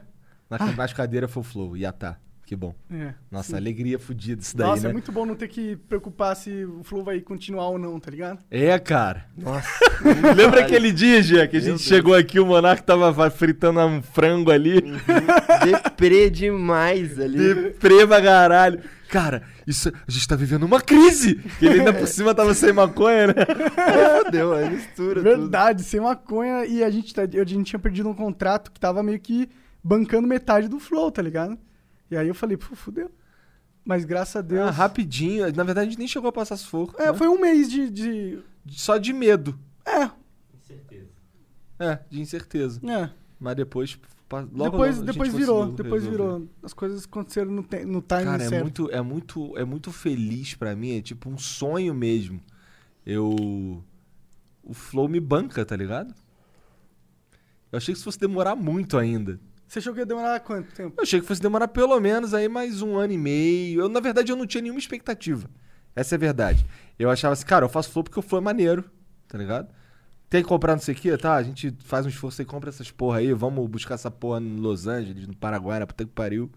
Na, Nas cadeiras foi o Flow. E tá. Que bom. é. Nossa, Sim. alegria fudida isso daí, Nossa, né? é muito bom não ter que preocupar se o Flow vai continuar ou não, tá ligado? É, cara. Nossa. Lembra aquele dia, Gê, que a gente Deus. chegou aqui, o Monark tava fritando um frango ali. Deprê demais ali. Deprê pra caralho. Cara, isso, a gente tá vivendo uma crise. Que ele ainda por cima tava sem maconha, né? Fudeu, aí mistura tudo. Verdade, sem maconha. E a gente, tá- a gente tinha perdido um contrato que tava meio que bancando metade do Flow, tá ligado? E aí eu falei, pô, fudeu. Mas graças a Deus. Ah, rapidinho. Na verdade, a gente nem chegou a passar sufoco. É, né? foi um mês de. de... Só de medo. É, Com certeza. É, de incerteza. é. Mas depois. pa- Logo depois logo a gente depois virou, conseguiu depois resolver. virou. As coisas aconteceram no, te- no time Cara, é certo. muito, é muito, é muito feliz pra mim, é tipo um sonho mesmo. Eu o flow me banca, tá ligado? Eu achei que isso fosse demorar muito ainda. Você achou que ia demorar quanto tempo? Eu achei que fosse demorar pelo menos aí mais um ano e meio. Eu, na verdade, eu não tinha nenhuma expectativa. Essa é a verdade. Eu achava assim, cara, eu faço flow porque o flow é maneiro, tá ligado? Tem que comprar não sei o quê, tá? A gente faz um esforço aí, compra essas porra aí. Vamos buscar essa porra em Los Angeles, no Paraguai, na puta que pariu.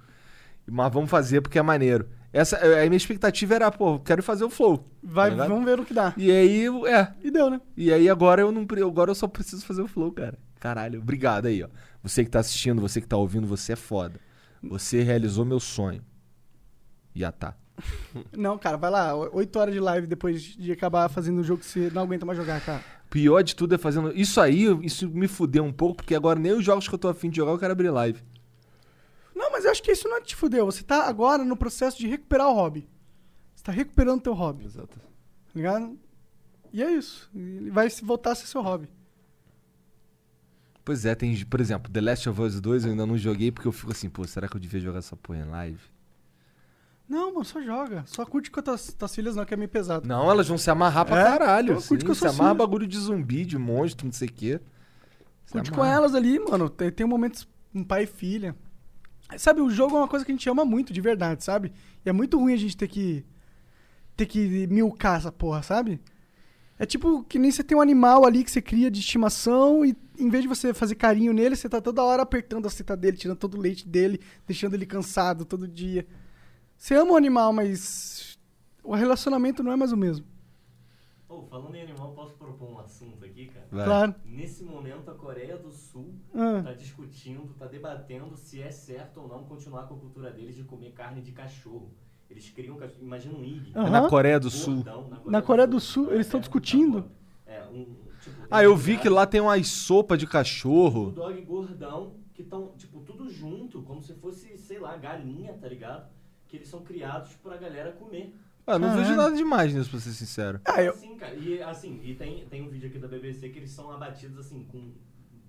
Mas vamos fazer porque é maneiro. Essa, eh, a minha expectativa era, pô, quero fazer o flow. Vai, ligado? vamos ver o que dá. E aí, é. E deu, né? E aí agora eu não pre- agora eu só preciso fazer o flow, cara. Caralho, obrigado aí, ó. Você que tá assistindo, você que tá ouvindo, você é foda. Você realizou meu sonho. Já tá. Não, cara, vai lá. o- Oito horas de live depois de acabar fazendo um jogo que você não aguenta mais jogar, cara. Pior de tudo é fazendo. Isso aí, isso me fudeu um pouco, porque agora nem os jogos que eu tô afim de jogar eu quero abrir live. Não, mas eu acho que isso não te fudeu. Você tá agora no processo de recuperar o hobby. Você tá recuperando teu hobby, Exato. tá ligado? E é isso. Ele vai se voltar a ser seu hobby. Pois é, tem, por exemplo, The Last of Us 2 eu ainda não joguei porque eu fico assim, pô, será que eu devia jogar essa porra em live? Não, mano, só joga. Só curte com as tuas- tuas filhas, não, que é meio pesado. Não, elas vão se amarrar pra É? caralho. Pô, Assim, curte com se suas amarrar filhas. bagulho de zumbi, de monstro, não sei o quê. Se Curte com amarra. elas ali, mano. Tem, tem momentos um pai e filha. Sabe, o jogo é uma coisa que a gente ama muito, de verdade, sabe? E é muito ruim a gente ter que. ter que milcar essa porra, sabe? É tipo que nem você tem um animal ali que você cria de estimação e em vez de você fazer carinho nele, você tá toda hora apertando a seta dele, tirando todo o leite dele, deixando ele cansado todo dia. Você ama o animal, mas o relacionamento não é mais o mesmo. Ô, falando em animal, posso propor um assunto aqui, cara? Vai. Claro. Nesse momento, a Coreia do Sul Ah. tá discutindo, tá debatendo se é certo ou não continuar com a cultura deles de comer carne de cachorro. Eles criam, cach- imagina um ig. É Aham. na Coreia do Sul. Gordão, Na Coreia do Sul, eles estão É, discutindo? É, um, tipo, tem Ah, eu um vi cara- que lá tem umas sopa de o cachorro. dog gordão, que estão, tipo, tudo junto, como se fosse, sei lá, galinha, tá ligado? Que eles são criados tipo, pra galera comer. Ah, não Caralho. vejo nada demais nisso, pra ser sincero. Ah, eu, Assim, cara, e assim, e tem, tem um vídeo aqui da BBC que eles são abatidos assim, com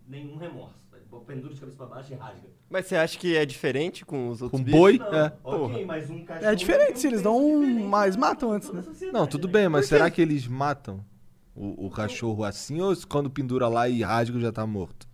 nenhum remorso. tá? Pendura de cabeça pra baixo e rasga. Mas você acha que é diferente com os outros Com bichos? boi? Não, É. ok, Porra. mas um cachorro. É diferente, tem um se eles peso dão um- diferente mas pra matam antes, toda né? a sociedade, Não, tudo né? bem, mas Por quê? será que eles matam o, o cachorro assim ou quando pendura lá e rasga já tá morto?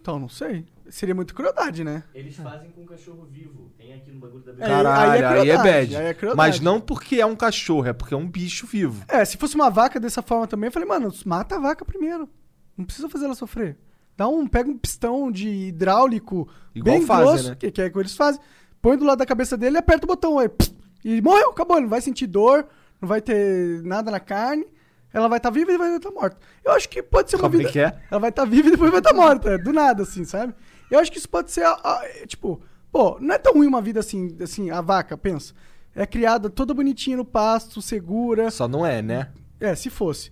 então, não sei. Seria muito crueldade, né? Eles fazem com o cachorro vivo. Tem aqui no bagulho da BBC. aí- aí é Caralho, aí é, crueldade, bad. aí é crueldade. mas não porque é um cachorro, é porque é um bicho vivo. É, se fosse uma vaca dessa forma também, eu falei, mano, mata a vaca primeiro. Não precisa fazer ela sofrer. Dá um, pega um pistão de hidráulico Igual bem fazem, grosso, né? que, que é o que eles fazem. Põe do lado da cabeça dele, e aperta o botão aí. pss, E morreu, acabou. Ele não vai sentir dor, não vai ter nada na carne. Ela vai estar viva e vai estar morta. Eu acho que pode ser uma Como é vida. que é? Ela vai estar viva e depois vai estar morta. Do nada, assim, sabe? Eu acho que isso pode ser, a- a- é, tipo, pô, não é tão ruim uma vida assim, assim, a vaca, pensa. É criada toda bonitinha no pasto, segura. Só não é, né? É, se fosse.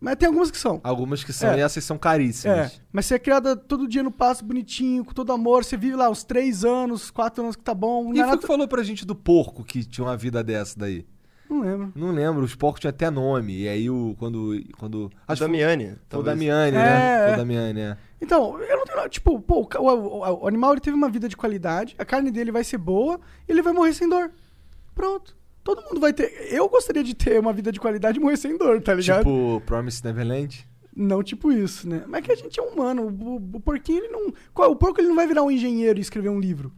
Mas tem algumas que são. Algumas que são É. e essas são É, caríssimas. mas você é criada todo dia no passo bonitinho, com todo amor. Você vive lá uns três anos, quatro anos que tá bom. Quem Não, é foi que nada- falou pra gente do porco que tinha uma vida dessa daí? não lembro. Não lembro, os porcos tinham até nome. E aí o. Quando. quando O acho que Damiani. foi o talvez. Damiani, É, né? Foi é. o Damiani, é. Então, eu não tenho nada. Tipo, pô, o, ca- o- o- o animal ele teve uma vida de qualidade, a carne dele vai ser boa e ele vai morrer sem dor. Pronto. Todo mundo vai ter. Eu gostaria de ter uma vida de qualidade e morrer sem dor, tá ligado? Tipo, Promise Neverland. Não tipo isso, né? Mas é que a gente é humano. O, o porquinho, ele não. qual- O porco ele não vai virar um engenheiro e escrever um livro.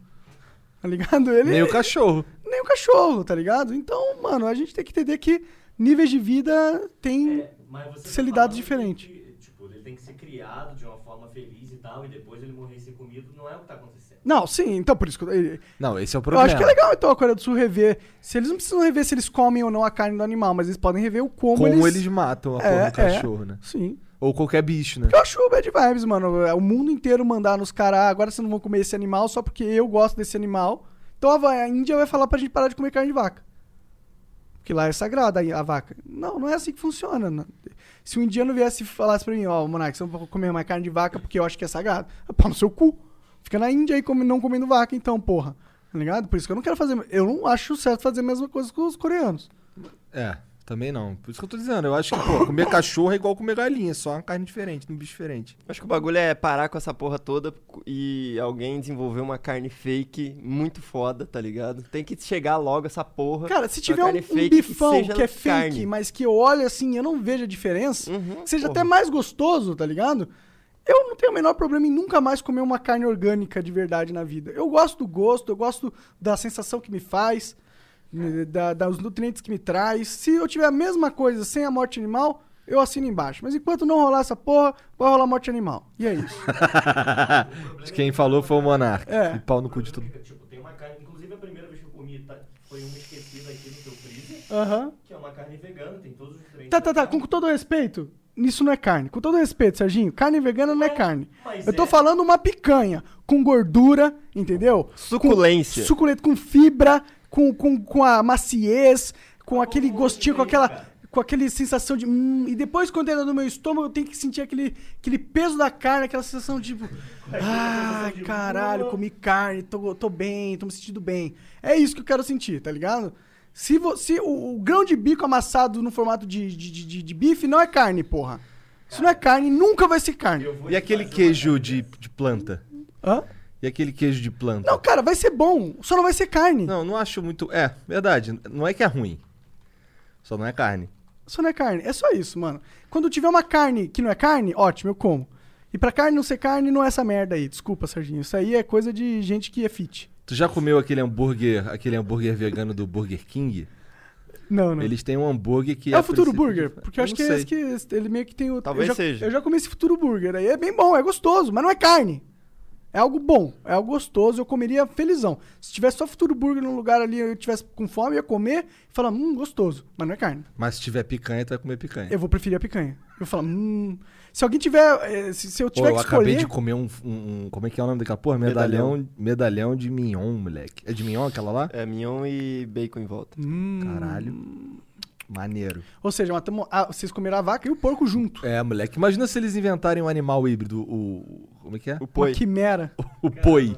Tá ligado? Ele, Nem o cachorro. nem o cachorro, tá ligado? Então, mano, a gente tem que entender que níveis de vida tem. É, mas você Ser tá lidado falando diferente. que, tipo, ele tem que ser criado de uma forma feliz e tal, e depois ele morrer sem comido, não é o que tá acontecendo. Não, sim, então por isso que eu, eu Não, esse é o problema. acho que é legal então a Coreia do Sul rever. Se eles não precisam rever se eles comem ou não a carne do animal, mas eles podem rever o como, Como eles... eles. matam a É, porra é. do cachorro, né? Sim. Ou qualquer bicho, né? Eu acho bad vibes, mano. É O mundo inteiro mandar nos caras, "Ah, agora vocês não vão comer esse animal só porque eu gosto desse animal. Então a, va- a Índia vai falar pra gente parar de comer carne de vaca. Porque lá é sagrada a a vaca. Não, não é assim que funciona. né? Se um indiano viesse e falasse pra mim, ó, Monark, você não pode comer mais carne de vaca porque eu acho que é sagrado. Ah, Pau no seu cu. Fica na Índia aí come- não comendo vaca, então, porra. Tá ligado? Por isso que eu não quero fazer. Eu não acho certo fazer a mesma coisa que os coreanos. É, também não. Por isso que eu tô dizendo, eu acho que, pô, comer cachorro é igual comer galinha, só uma carne diferente, um bicho diferente. Acho que o bagulho é parar com essa porra toda e alguém desenvolver uma carne fake muito foda, tá ligado? Tem que chegar logo essa porra. Cara, se uma tiver um, carne um fake que bifão que, seja é fake, carne. mas que eu olho assim, eu não vejo a diferença, Uhum, que seja porra. até mais gostoso, tá ligado? Eu não tenho o menor problema em nunca mais comer uma carne orgânica de verdade na vida. Eu gosto do gosto, eu gosto da sensação que me faz, né, da, dos nutrientes que me traz. Se eu tiver a mesma coisa sem a morte animal, eu assino embaixo. Mas enquanto não rolar essa porra, vai rolar morte animal. E é isso. Quem falou foi o Monarca. É. E pau no cu de todo Tipo, tem uma carne. Inclusive, a primeira vez que eu comi tá, foi uma esquecida aqui no teu freezer, Aham. que é uma carne vegana, tem todos os nutrientes. Tá, tá, da tá. Com carne. todo respeito, isso não é carne. Com todo respeito, Serginho, carne vegana não é carne. Mas Eu tô é. falando uma picanha com gordura, entendeu? Suculência. Suculento com fibra, com, com, com a maciez, com aquele gostinho, com aquela. Com aquela sensação de. Hum, e depois, quando entra no meu estômago, eu tenho que sentir aquele, aquele peso da carne, aquela sensação de. Tipo, ah, caralho, comi carne, tô, tô bem, tô me sentindo bem. É isso que eu quero sentir, tá ligado? Se, vo- se o, o grão de bico amassado no formato de, de, de- de- de bife não é carne, porra. Isso não é carne, nunca vai ser carne. Eu vou E te aquele fazer um- queijo de, de planta? Hã? E aquele queijo de planta? Não, cara, vai ser bom, só não vai ser carne. Não, não acho muito. É, verdade. Não é que é ruim. Só não é carne. Só não é carne. É só isso, mano. Quando tiver uma carne que não é carne, ótimo, eu como. E pra carne não ser carne, não é essa merda aí. Desculpa, Serginho. Isso aí é coisa de gente que é fit. Tu já comeu aquele hambúrguer, aquele hambúrguer vegano do Burger King? Não, não. Eles têm um hambúrguer que é o Futuro princípio- Burger, porque eu acho não que, é sei. esse que esse- ele meio que tem o. Talvez eu já, seja. Eu já comi esse Futuro Burger aí. É bem bom, é gostoso, mas não é carne. É algo bom, é algo gostoso, eu comeria felizão. Se tivesse só Futuro Burger num lugar ali, eu tivesse com fome, eu ia comer e falar, hum, gostoso, mas não é carne. Mas se tiver picanha, tu vai comer picanha. Eu vou preferir a picanha. Eu falo, hum. Se alguém tiver. eh, Se, se eu Pô, tiver eu que acabei escolher. de comer um, um- um- Como é que é o nome daquela porra? Medalhão, medalhão. de mignon, moleque. É de mignon aquela lá? É mignon e bacon em volta. Hum. Caralho. Maneiro. Ou seja, matamos a- vocês comeram a vaca e o porco junto. É, moleque. Imagina se eles inventarem um animal híbrido, o. o- Como é que é? O Uma poi. quimera. O poi.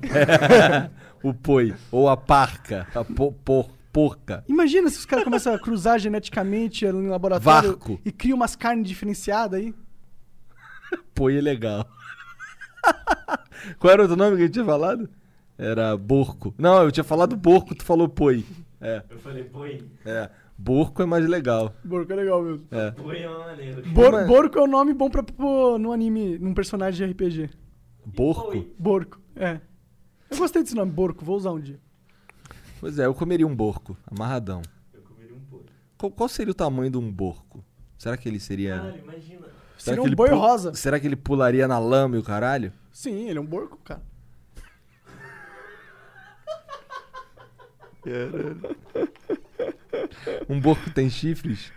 o poi. Ou a parca. A po- por- porca. Imagina se os caras começam a cruzar geneticamente em laboratório Varco. e criam umas carnes diferenciadas aí. Poi é legal. Qual era o outro nome que eu tinha falado? Era borco. Não, eu tinha falado borco, tu falou poi. É, Eu falei, boi, é. Borco é mais legal. Porco é legal mesmo. É. boi é uma maneira. Mas- Borco é o nome bom pra pôr num anime, num personagem de RPG. Borco? um Boi. Borco, é. Eu gostei desse nome, Borco, vou usar um dia. Pois é, eu comeria um borco, amarradão. Eu comeria um boi. Qual, qual seria o tamanho de um borco? Será que é, né? ele seria. Caralho, imagina. será Seria que um ele boi pu- rosa. Será que ele pularia na lama e o caralho? Sim, ele é um borco, cara. É, Um borco tem chifres?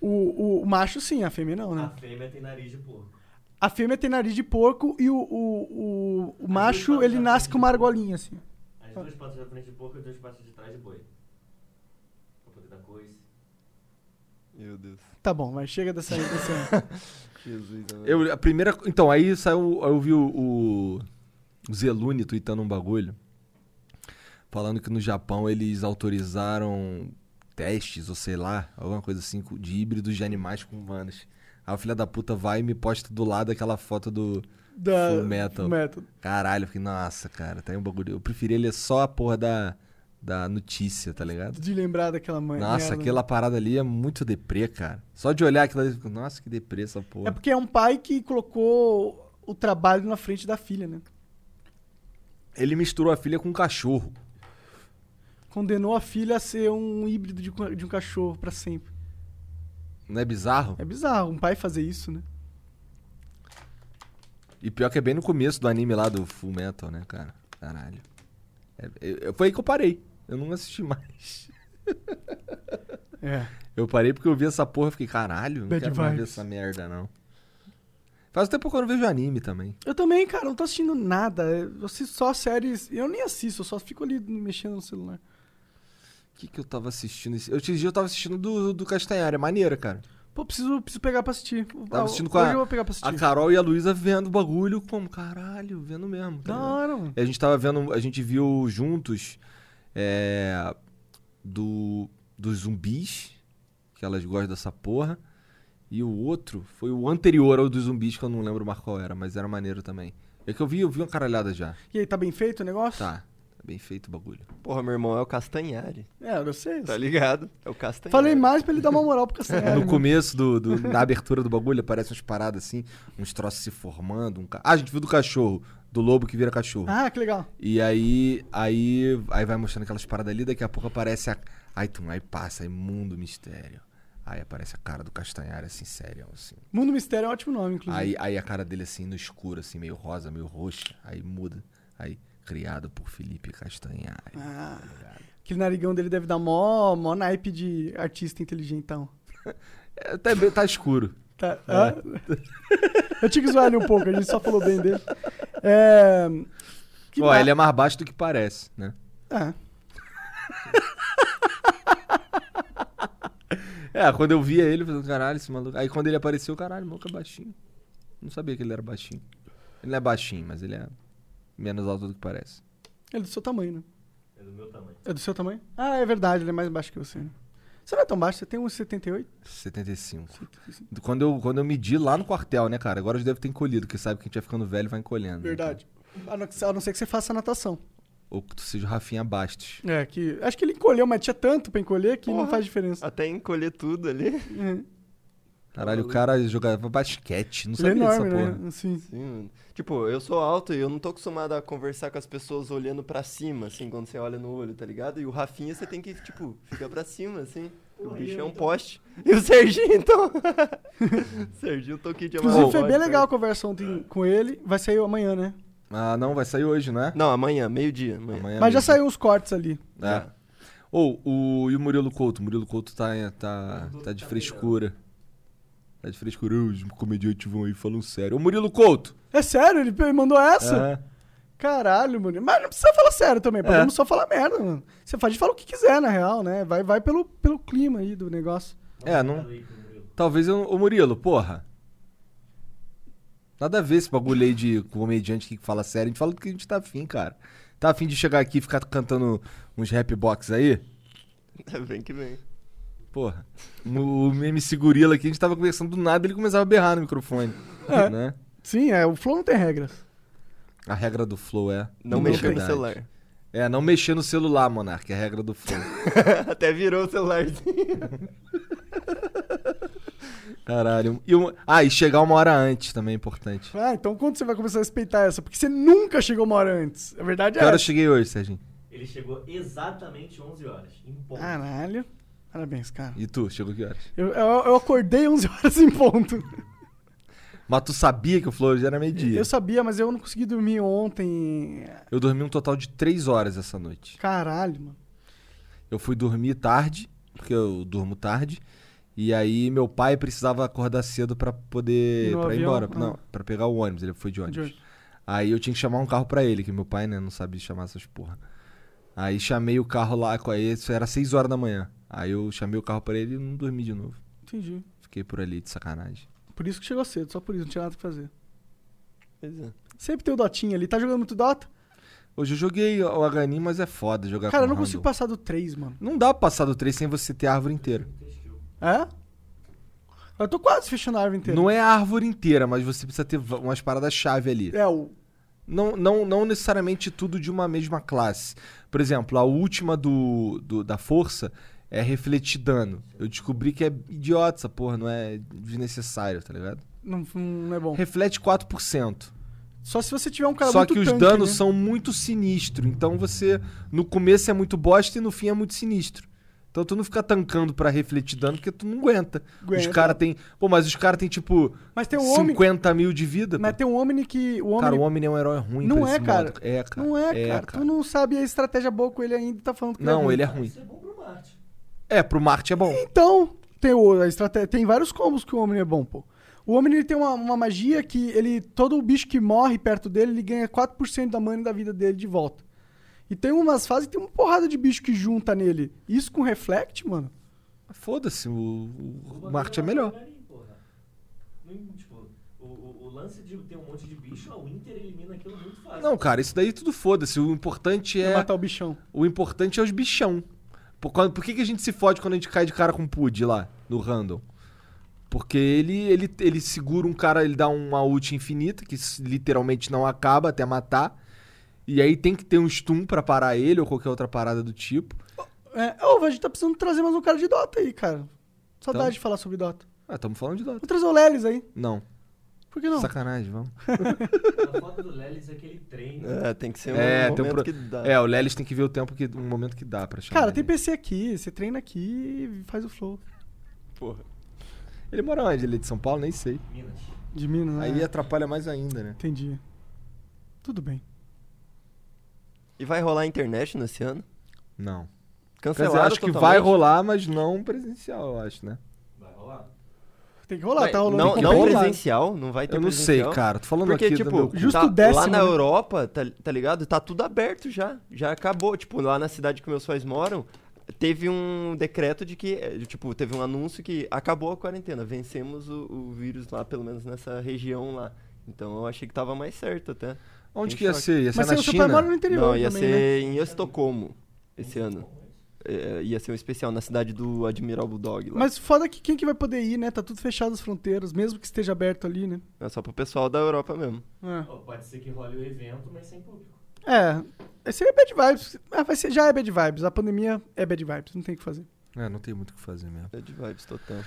O, o, o macho sim, a fêmea não, A né? fêmea tem nariz de porco. A fêmea tem nariz de porco e o, o, o, o macho, ele nasce com uma argolinha, assim. As duas patas da frente de porco e as duas patas de trás de boi. Pra poder dar coisa. é. Meu Deus. Tá bom, mas chega dessa... dessa... Jesus, né? amado. Eu, a primeira. Então, aí saiu. Eu vi o, o Zelune tweetando um bagulho. Falando que no Japão eles autorizaram testes, ou sei lá, alguma coisa assim, de híbridos de animais com humanos. Aí o filho da puta vai e me posta do lado aquela foto do. da... Full metal. Full metal. Caralho, eu fiquei, nossa, cara, tá aí um bagulho. Eu preferia ler só a porra da, da notícia, tá ligado? De lembrar daquela mãe. Nossa, merda. aquela parada ali é muito deprê, cara. Só de olhar aquilo ali, eu fico, nossa, que deprê essa É porra. porque é um pai que colocou o trabalho na frente da filha, né? Ele misturou a filha com um cachorro. Condenou a filha a ser um híbrido de, co- de um cachorro pra sempre. Não é bizarro? É bizarro um pai fazer isso, né? E pior que é bem no começo do anime lá do Full Metal, né, cara? Caralho. É, eu- eu- foi aí que eu parei. Eu não assisti mais. É. Eu parei porque eu vi essa porra e fiquei, caralho, não Bad quero mais ver vibes. essa merda, não. Faz um tempo que eu não vejo anime também. Eu também, cara, não tô assistindo nada. Eu assisto só séries. Eu nem assisto, eu só fico ali mexendo no celular. O que, que eu tava assistindo? esse- Eu, esses dias eu tava assistindo do, do Castanhar, é maneira, cara. Pô, preciso, preciso pegar pra assistir. Tava Ah, Tá assistindo com Hoje a- eu vou pegar A pra assistir. Carol e a Luísa vendo o bagulho como, caralho, vendo mesmo. tá Da ligado? hora, mano. E A gente tava vendo, a gente viu juntos é, do, dos zumbis, que elas gostam dessa porra. E o outro foi o anterior ao dos zumbis, que eu não lembro mais qual era, mas era maneiro também. É que eu vi, eu vi uma caralhada já. E aí, tá bem feito o negócio? Tá, tá bem feito o bagulho. Porra, meu irmão, é o Castanhari. É, eu sei. Tá ligado? É o Castanhari. Falei mais pra ele dar uma moral pro Castanhari. É, No começo do, do- na abertura do bagulho aparecem umas paradas assim, uns troços se formando, um ca... Ah, a gente viu do cachorro, do lobo que vira cachorro. Ah, que legal. E aí, aí, aí vai mostrando aquelas paradas ali, daqui a pouco aparece a. Aí, tum, aí passa, aí mundo mistério. Aí aparece a cara do Castanhari, assim, sério, assim. Mundo Mistério é um ótimo nome, inclusive. Aí, aí a cara dele, assim, no escuro, assim, meio rosa, meio roxa. Aí muda. Aí, criado por Felipe Castanhari. Ah, aquele narigão dele deve dar mó, mó naipe de artista inteligentão. É, tá, bem- tá escuro. Tá. hã? Eu tinha que zoar ele um pouco, a gente só falou bem dele. É... que Ó, ma- ele é mais baixo do que parece, né? Ah, É, quando eu via ele, eu falei, caralho, esse maluco. Aí quando ele apareceu, caralho, o maluco é baixinho. Não sabia que ele era baixinho. Ele não é baixinho, mas ele é menos alto do que parece. ele é do seu tamanho, né? É do meu tamanho. É do seu tamanho? Ah, é verdade, ele é mais baixo que você. Né? Você não é tão baixo, você tem uns 78? 75. Quando eu, quando eu medi lá no quartel, né, cara? Agora eu já devo ter encolhido, porque sabe que a gente vai ficando velho e vai encolhendo. né, Verdade. A não, a não ser que você faça natação. cara? Ou que tu seja o Rafinha Bastos. É, que. Acho que ele encolheu, mas tinha tanto pra encolher que não Porra. faz diferença. Até encolher tudo ali. Ah, É. Caralho, o cara jogava basquete. Não Ele é sabia dessa enorme, porra. né? Assim. Sim, mano. Tipo, eu sou alto e eu não tô acostumado a conversar com as pessoas olhando pra cima, assim, quando você olha no olho, tá ligado? E o Rafinha você tem que, tipo, ficar pra cima, assim. O bicho é um poste. E o Serginho, então. Serginho, toquinho de Inclusive, foi amarelo. bem legal a conversa ontem com ele. Vai sair amanhã, né? Ah, não, vai sair hoje, né? Não, amanhã, meio-dia. Amanhã. Amanhã Mas já É mesmo. saiu os cortes ali. É. Ou o, e o Murilo Couto? O Murilo Couto tá, tá, tá de frescura. Tá de frescura. Ô, Os comediantes vão aí falam sério. Ô, Murilo Couto! É sério, ele pe- mandou essa? É. Caralho, mano. Mas não precisa falar sério também, podemos É. só falar merda, mano. Você pode falar o que quiser, na real, né? Vai, vai pelo, pelo clima aí do negócio. É, não. Talvez eu. Ô Murilo, porra. Nada a ver esse bagulho aí de comediante que fala sério. A gente fala do que a gente tá afim, cara. Tá afim de chegar aqui e ficar cantando uns rap box aí? Vem que vem. Porra. O o MC Gorila aqui, a gente tava conversando do nada ele começava a berrar no microfone. É. Né? Sim, é, o Flow não tem regras. A regra do flow é. Não, Não mexer no verdade. celular. É, não mexer no celular, Monark, é a regra do flow. Até virou o celularzinho. Caralho. E uma- Ah, e chegar uma hora antes também é importante. Ah, então quando você vai começar a respeitar essa? Porque você nunca chegou uma hora antes. A verdade é Que hora eu essa. cheguei hoje, Serginho? Ele chegou exatamente 11 horas, em ponto. Caralho. Parabéns, cara. E tu, chegou que horas? Eu, eu, eu acordei 11 horas em ponto. Mas tu sabia que o flow hoje era meio-dia. Eu sabia, mas eu não consegui dormir ontem. Eu dormi um total de três horas essa noite. Caralho, mano. Eu fui dormir tarde, porque eu durmo tarde. E aí meu pai precisava acordar cedo pra poder No pra ir avião? embora, Ah. não, pra pegar o ônibus, ele foi de ônibus. De Aí eu tinha que chamar um carro pra ele, que meu pai, né, não sabia chamar essas porra. Aí chamei o carro lá com aí, isso era seis horas da manhã. Aí eu chamei o carro pra ele e não dormi de novo. Entendi. Fiquei por ali de sacanagem. Por isso que chegou cedo, só por isso, não tinha nada que fazer. Pois é. Sempre tem o Dotinha ali. Tá jogando muito Dota? Hoje eu joguei o Aganim, mas é foda jogar Cara, eu com não Randall. consigo passar do 3, mano. Não dá pra passar do 3 sem você ter a árvore inteira. É? Eu tô quase fechando a árvore inteira. Não é a árvore inteira, mas você precisa ter va- umas paradas-chave ali. É, o. Não, não, não necessariamente tudo de uma mesma classe. Por exemplo, a última do, do- da força é refletir dano. Eu descobri que é idiota essa porra, não é desnecessário, tá ligado? Não, não é bom. Reflete 4%. Só se você tiver um cara Só muito que os tanque, danos né? são muito sinistros. Então você, no começo é muito bosta e no fim é muito sinistro. Então tu não fica tancando pra refletir dano porque tu não aguenta. Os Aguenta. caras tem. Pô, mas os caras tem tipo Mas tem um homem. 50 mil de vida. Mas pô. tem um homem que. O homem Cara, o homem é um herói ruim Não pra é, esse cara. modo. É, cara. Não é, cara. Tu não sabe a estratégia boa com ele ainda e tá falando que Não, ruim. ele é ruim. Isso é bom pro Marte. É, pro Marte é bom. Então, tem, o, a estratégia, tem vários combos que o homem é bom, pô. O homem ele tem uma, uma magia que ele todo bicho que morre perto dele, ele ganha 4% da mana e da vida dele de volta. E tem umas fases que tem uma porrada de bicho que junta nele. Isso com reflect, mano? Foda-se, o, o Vou botar Marte é na melhor. galera aí, porra. Não, tipo, o, o, o lance de ter um monte de bicho, o Inter elimina aquilo muito fácil. Não, cara, isso daí tudo foda-se. O importante Pra é. matar o bichão. O importante é os bichão. Por, causa- por que, que a gente se fode quando a gente cai de cara com o Pud lá, no Randall? Porque ele, ele, ele segura um cara, ele dá uma ult infinita, que s- literalmente não acaba até matar. E aí tem que ter um stun pra parar ele ou qualquer outra parada do tipo. É, ô, a gente tá precisando trazer mais um cara de Dota aí, cara. Saudade Então. de falar sobre Dota. Ah, estamos falando de Dota. Vou trazer o Lelis aí. Não, Por que não? sacanagem, vamos. A foto do Lelis é que ele treina. É, tem que ser um É, tem um momento pro- que dá. É, o Lelis tem que ver o tempo que. um momento que dá pra chamar. Cara, tem ele. PC aqui, você treina aqui e faz o flow. porra. Ele mora onde? Ele é de São Paulo? Nem sei. Minas. De Minas, né? Aí atrapalha mais ainda, né? Entendi. Tudo bem. E vai rolar internet nesse ano? Não. Quer Cancelado dizer, acho que totalmente? vai rolar, mas não presencial, eu acho, né? Vai rolar. Tem que rolar, Vai- tá rolando. Não, tem que não rolar. presencial, não vai ter Eu não sei, presencial. cara. Tô falando Porque, aqui do tipo, meu... Justo tá- lá décimo, na né? Europa, tá, tá ligado? Tá tudo aberto já. Já acabou. Tipo, lá na cidade que meus pais moram, teve um decreto de que, eh, tipo, teve um anúncio que acabou a quarentena. Vencemos o, o vírus lá, pelo menos nessa região lá. Então eu achei que tava mais certo até. Onde em que ia choque. ser? Ia ser Mas na seu pai China? mora no interior Não, ia também, né? ser em Estocolmo esse ano. Eh, ia ser um especial na cidade do Admiral Bulldog lá. Mas foda que quem que vai poder ir, né? Tá tudo fechado as fronteiras, mesmo que esteja aberto ali, né? É só pro pessoal da Europa mesmo. É. Ó, pode ser que role o evento, mas sem público. É. Esse aí é bad vibes. Ah, vai ser, já é bad vibes. A pandemia é bad vibes, não tem o que fazer. É, não tem muito o que fazer mesmo. É de vibes total.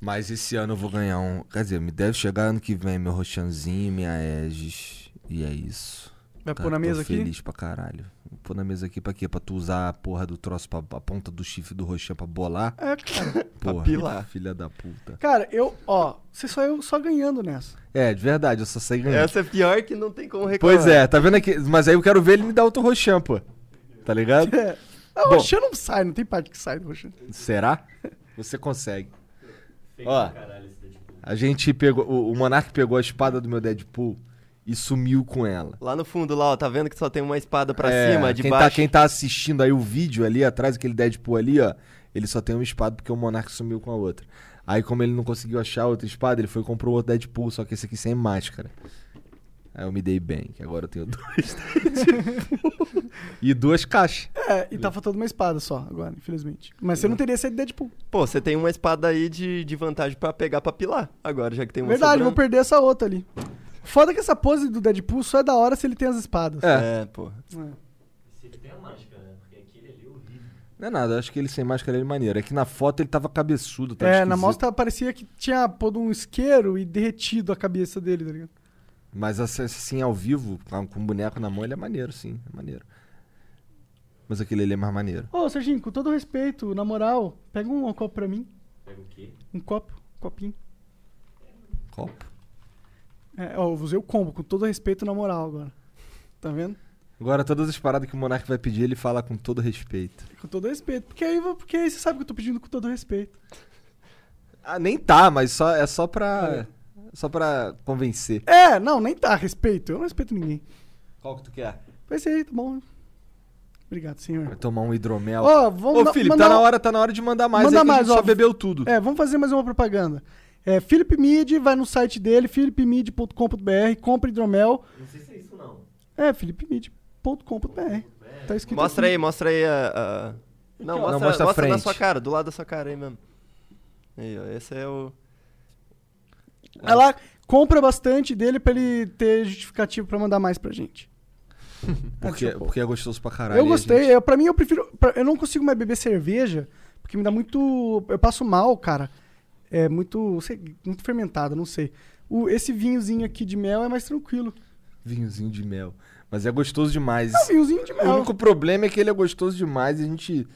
Mas esse ano eu vou ganhar um... Quer dizer, me deve chegar ano que vem meu Roxanzinho, minha Aegis. E é isso. Vai Cara, pôr na tô mesa aqui? feliz pra caralho. Vou pôr na mesa aqui pra quê? Pra tu usar a porra do troço, pra, a ponta do chifre do Roxan pra bolar? É, cara. Porra, pilar. filha da puta. cara, eu, ó, você só eu só ganhando nessa. É, de verdade, eu só sei ganhar. Essa é pior que não tem como reclamar. Pois é, tá vendo aqui? Mas aí eu quero ver ele me dar outro Roxan, pô. Tá ligado? É. Ah, O Bom. Roxan não sai, não tem parte que sai do Roxan. Será? Você consegue. Feio Ó. pra caralho esse Deadpool. A gente pegou. O, o Monark pegou a espada do meu Deadpool e sumiu com ela. Lá no fundo, lá, ó, tá vendo que só tem uma espada pra É, cima, de quem Tá, baixo. quem tá assistindo aí o vídeo ali atrás, aquele Deadpool ali, ó, ele só tem uma espada porque o Monark sumiu com a outra. Aí, como ele não conseguiu achar a outra espada, ele foi e comprou outro Deadpool, só que esse aqui sem máscara. Aí eu me dei bem, que agora eu tenho dois Deadpool. e duas caixas. É, e tá faltando uma espada só agora, infelizmente. Mas você não teria saído Deadpool. Pô, você tem uma espada aí de, de vantagem pra pegar pra pilar. Agora, já que tem uma Verdade, vou sobrando. perder essa outra ali. Foda que essa pose do Deadpool só é da hora se ele tem as espadas. É. É, pô. É. Se ele tem a máscara, né? Porque aquele ali é horrível. Não é nada, eu acho que ele sem máscara ele é maneiro. É que na foto ele tava cabeçudo, tá É, na esquisito. mostra parecia que tinha pôr um isqueiro e derretido a cabeça dele, tá ligado? Mas ass- assim, ao vivo, com com o boneco na mão, ele é maneiro, sim. É maneiro. Mas aquele ali é mais maneiro. Ô, Serginho, com todo respeito, na moral, pega um, copo pra mim. Pega o quê? Um copo, um copinho. Copo. É, ó, eu usei o combo, com todo respeito, na moral agora. Tá vendo? Agora, todas as paradas que o Monark vai pedir, ele fala com todo respeito. Com todo respeito. Porque aí, porque aí você sabe que eu tô pedindo com todo respeito. Ah, nem tá, mas só, é só pra. Só pra convencer. É, não, nem tá, respeito. Eu não respeito ninguém. Qual que tu quer? Vai ser aí, tá bom. Obrigado, senhor. Vai tomar um hidromel. Ó, vamos Ô, na- Felipe, mandar tá na um- hora, tá na hora de mandar mais Manda aí que a mais, gente só ó. bebeu tudo. É, vamos fazer mais uma propaganda. É, Philip Mid, vai no site dele, philipmid.com.br, compra hidromel. Não sei se é isso, não. É, philipmid.com.br. É, Tá escrito Mostra aqui. aí, mostra aí a... a- Não, é? Não, mostra, mostra a mostra na frente. sua cara, do lado da sua cara aí mesmo. Aí, ó, esse é o... Vai lá, compra bastante dele pra ele ter justificativo pra mandar mais pra gente. Porque, Tipo, porque é gostoso pra caralho. eu e a gostei, é. gente- eu, pra mim eu prefiro. pra- eu não consigo mais beber cerveja, porque me dá muito. Eu passo mal, cara. É muito. sei- muito fermentado, não sei. O, esse vinhozinho aqui de mel é mais tranquilo. Vinhozinho de mel. Mas é gostoso demais. É um vinhozinho de O mel. único problema é que ele é gostoso demais e a gente,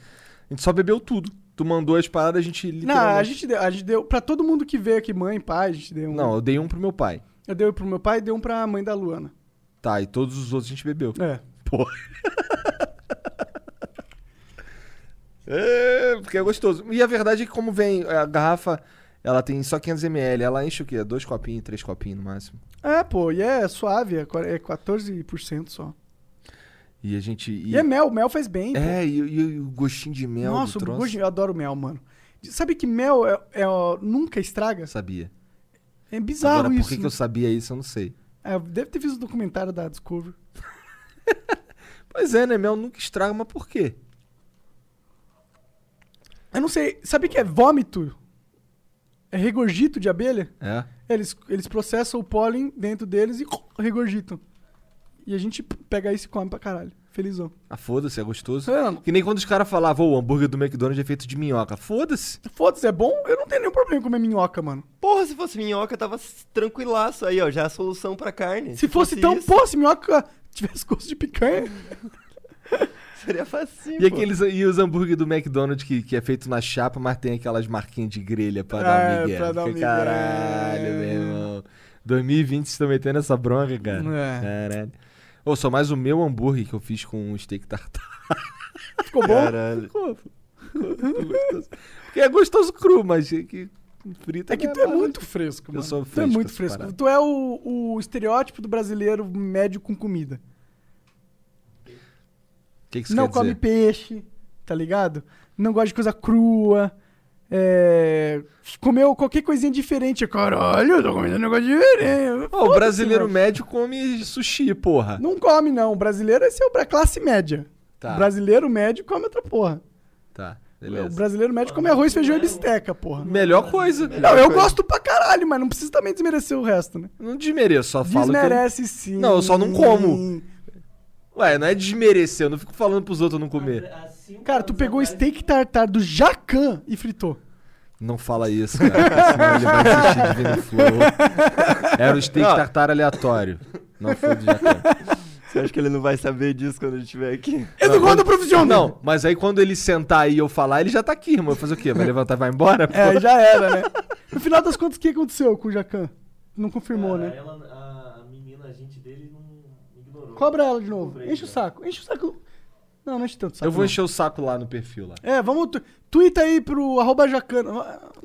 a gente só bebeu tudo. Tu mandou as paradas, a gente Não, a literalmente... gente deu, a gente deu pra todo mundo que veio aqui, mãe, pai, a gente deu um. Não, eu dei um pro meu pai. Eu dei pro meu pai e dei um pra mãe da Luana. Tá, e todos os outros a gente bebeu. É. Porra. é, porque é gostoso. E a verdade é que como vem a garrafa, ela tem só 500ml, ela enche o quê? Dois copinhos, três copinhos no máximo. É, pô, e é suave, é quar- é 14% só. E a gente... E, é mel, mel faz bem. pô. É, e, e o gostinho de mel Nossa, do troço. hoje eu adoro mel, mano. Sabe que mel é, é, ó, nunca estraga? Sabia. É bizarro Agora, por isso. que, que né? eu sabia isso, eu não sei. É, deve ter visto o documentário da Discovery. Pois é, né? Mel nunca estraga, mas por quê? Eu não sei, sabe que é vômito? É regurgito de abelha? É. Eles, eles processam o pólen dentro deles e regurgitam. E a gente pega isso e come pra caralho. Felizão. Ah, foda-se, é gostoso. É, não- Que nem quando os caras falavam, "Ô, o hambúrguer do McDonald's é feito de minhoca. Foda-se. Foda-se, é bom? Eu não tenho nenhum problema em comer minhoca, mano. Porra, se fosse minhoca, tava s- tranquilaço aí, ó. Já é a solução pra carne. Se fosse tão, isso, pô, se minhoca tivesse gosto de picanha. Seria facinho. E, pô. aqueles, e os hambúrguer do McDonald's que, que é feito na chapa, mas tem aquelas marquinhas de grelha pra dar É, um migué. pra dar um Que migué. Caralho, meu irmão. 2020 vocês estão metendo essa bronca, cara. É. Caralho. Ô, só mais o meu hambúrguer que eu fiz com um steak tartar. Ficou bom? Caralho. Porque é gostoso cru, mas é que frito É que tu é muito fresco, Eu mano. sou tu é fresco muito com fresco. essa parada. Tu é o, o estereótipo do brasileiro médio com comida. O que, que isso não quer come dizer? peixe, tá ligado? Não gosta de coisa crua. É... Comeu qualquer coisinha diferente. Caralho, eu tô comendo um negócio diferente. Ó, o Foda-se, brasileiro mano. médio come sushi, porra. Não come, não. O brasileiro esse é o pra classe média. Tá. O brasileiro médio come outra porra. Tá, O beleza. brasileiro médio come arroz, feijão e bisteca, porra. Melhor coisa. Não, eu coisa. gosto pra caralho, mas não precisa também desmerecer o resto, né? Não desmereço, só falo que eu- Desmerece sim. Não, eu só não como. Ué, não é desmerecer, eu não fico falando pros outros não comer. é, Há cinco Cara, tu anos pegou atrás- steak tartar do Jacan e fritou. Não fala isso, cara. Senão ele vai assistir Divino Flow. Era o steak Não. tartar aleatório. Não foi do Jacan. Você acha que ele não vai saber disso quando ele estiver aqui? Eu não gosto do profissional. Não, mas aí quando ele sentar aí e eu falar, ele já tá aqui, irmão. Vai fazer o quê? Vai levantar e vai embora? pô? É, já era, né? No final das contas, o que aconteceu com o Jacan? Não confirmou, Cara, né? ela- a, a menina, a gente dele, não ignorou. Cobra ela de novo. Cobrei, Enche o né? saco. Enche o saco. Não, não enche tanto o saco. Eu vou não. encher o saco lá no perfil lá. É, vamos. Tu... Twitta aí pro arroba Jacan.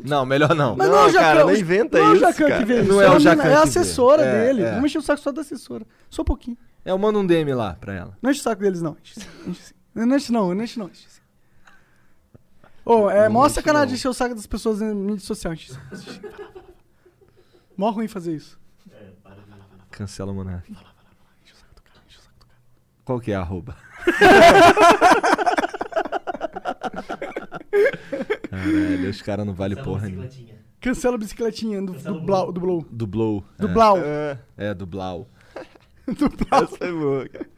Não, melhor não. Mas não, Não, é o Jacan. cara, não os- inventa não isso, é o Jacan que cara. vê isso. Não é a o mina- Jacan É a que vê. assessora É, dele. é. Vamos encher o saco só da assessora. Só um pouquinho. É, Eu mando um DM lá pra ela. Não enche o saco deles, não. Enche sim, enche sim. Não enche, não. Não enche, não. Enche, sim. Ô, é mó sacanagem encher o saco das pessoas na mídia social. Enche, sim. Mó ruim fazer isso. É, Cancela o Monark. Qual que é a arroba? Caralho, os caras não valem Sabe, porra né? nenhuma. bicicletinha. Cancela a bicicletinha do, Cancela do, o Blau, do Blow. Do Blow. Do é. Blau. É, É, do Blau. Do Blau. essa é boa, cara.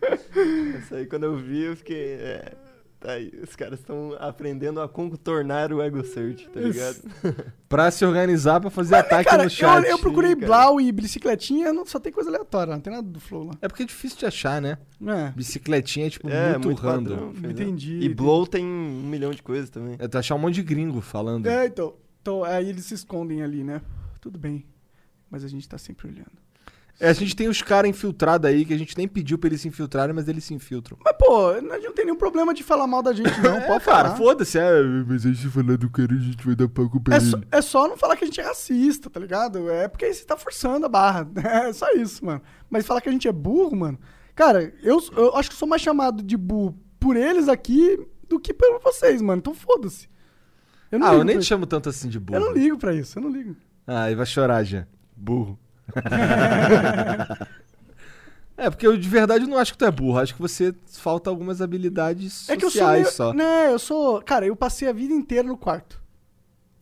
Essa aí, quando eu vi, eu fiquei... É, tá aí, os caras estão aprendendo a contornar o ego search, tá ligado? Pra se organizar pra fazer ataque Cara, no chat. eu, eu procurei cara. Blau e bicicletinha, não, só tem coisa aleatória, não tem nada do Flow lá. É porque é difícil de achar, né? É. Bicicletinha é, tipo, É, muito, random. padrão, filho. Entendi, E Blow tem um milhão de coisas também. É tu achar um monte de gringo falando. É, então. Então, aí eles se escondem ali, né? Tudo bem. Mas a gente tá sempre olhando. É, a gente tem os caras infiltrados aí, que a gente nem pediu pra eles se infiltrarem, mas eles se infiltram. Mas, pô, a gente não tem nenhum problema de falar mal da gente, não. Pode cara, falar. foda-se. É, mas a gente falar do cara, a gente vai dar pago pra É ele. só, é só não falar que a gente é racista, tá ligado? É porque aí você tá forçando a barra. É só isso, mano. Mas falar que a gente é burro, mano. Cara, eu, eu acho que eu sou mais chamado de burro por eles aqui do que por vocês, mano. Então foda-se. Eu não Ah, ligo eu nem pra te isso. chamo tanto assim de burro. Eu não ligo pra isso, eu não ligo. Ah, e vai chorar já. Burro. é, porque eu de verdade não acho que tu é burro. Acho que você falta algumas habilidades É sociais que eu sou. só. Meio, Né, eu sou. Cara, eu passei a vida inteira no quarto.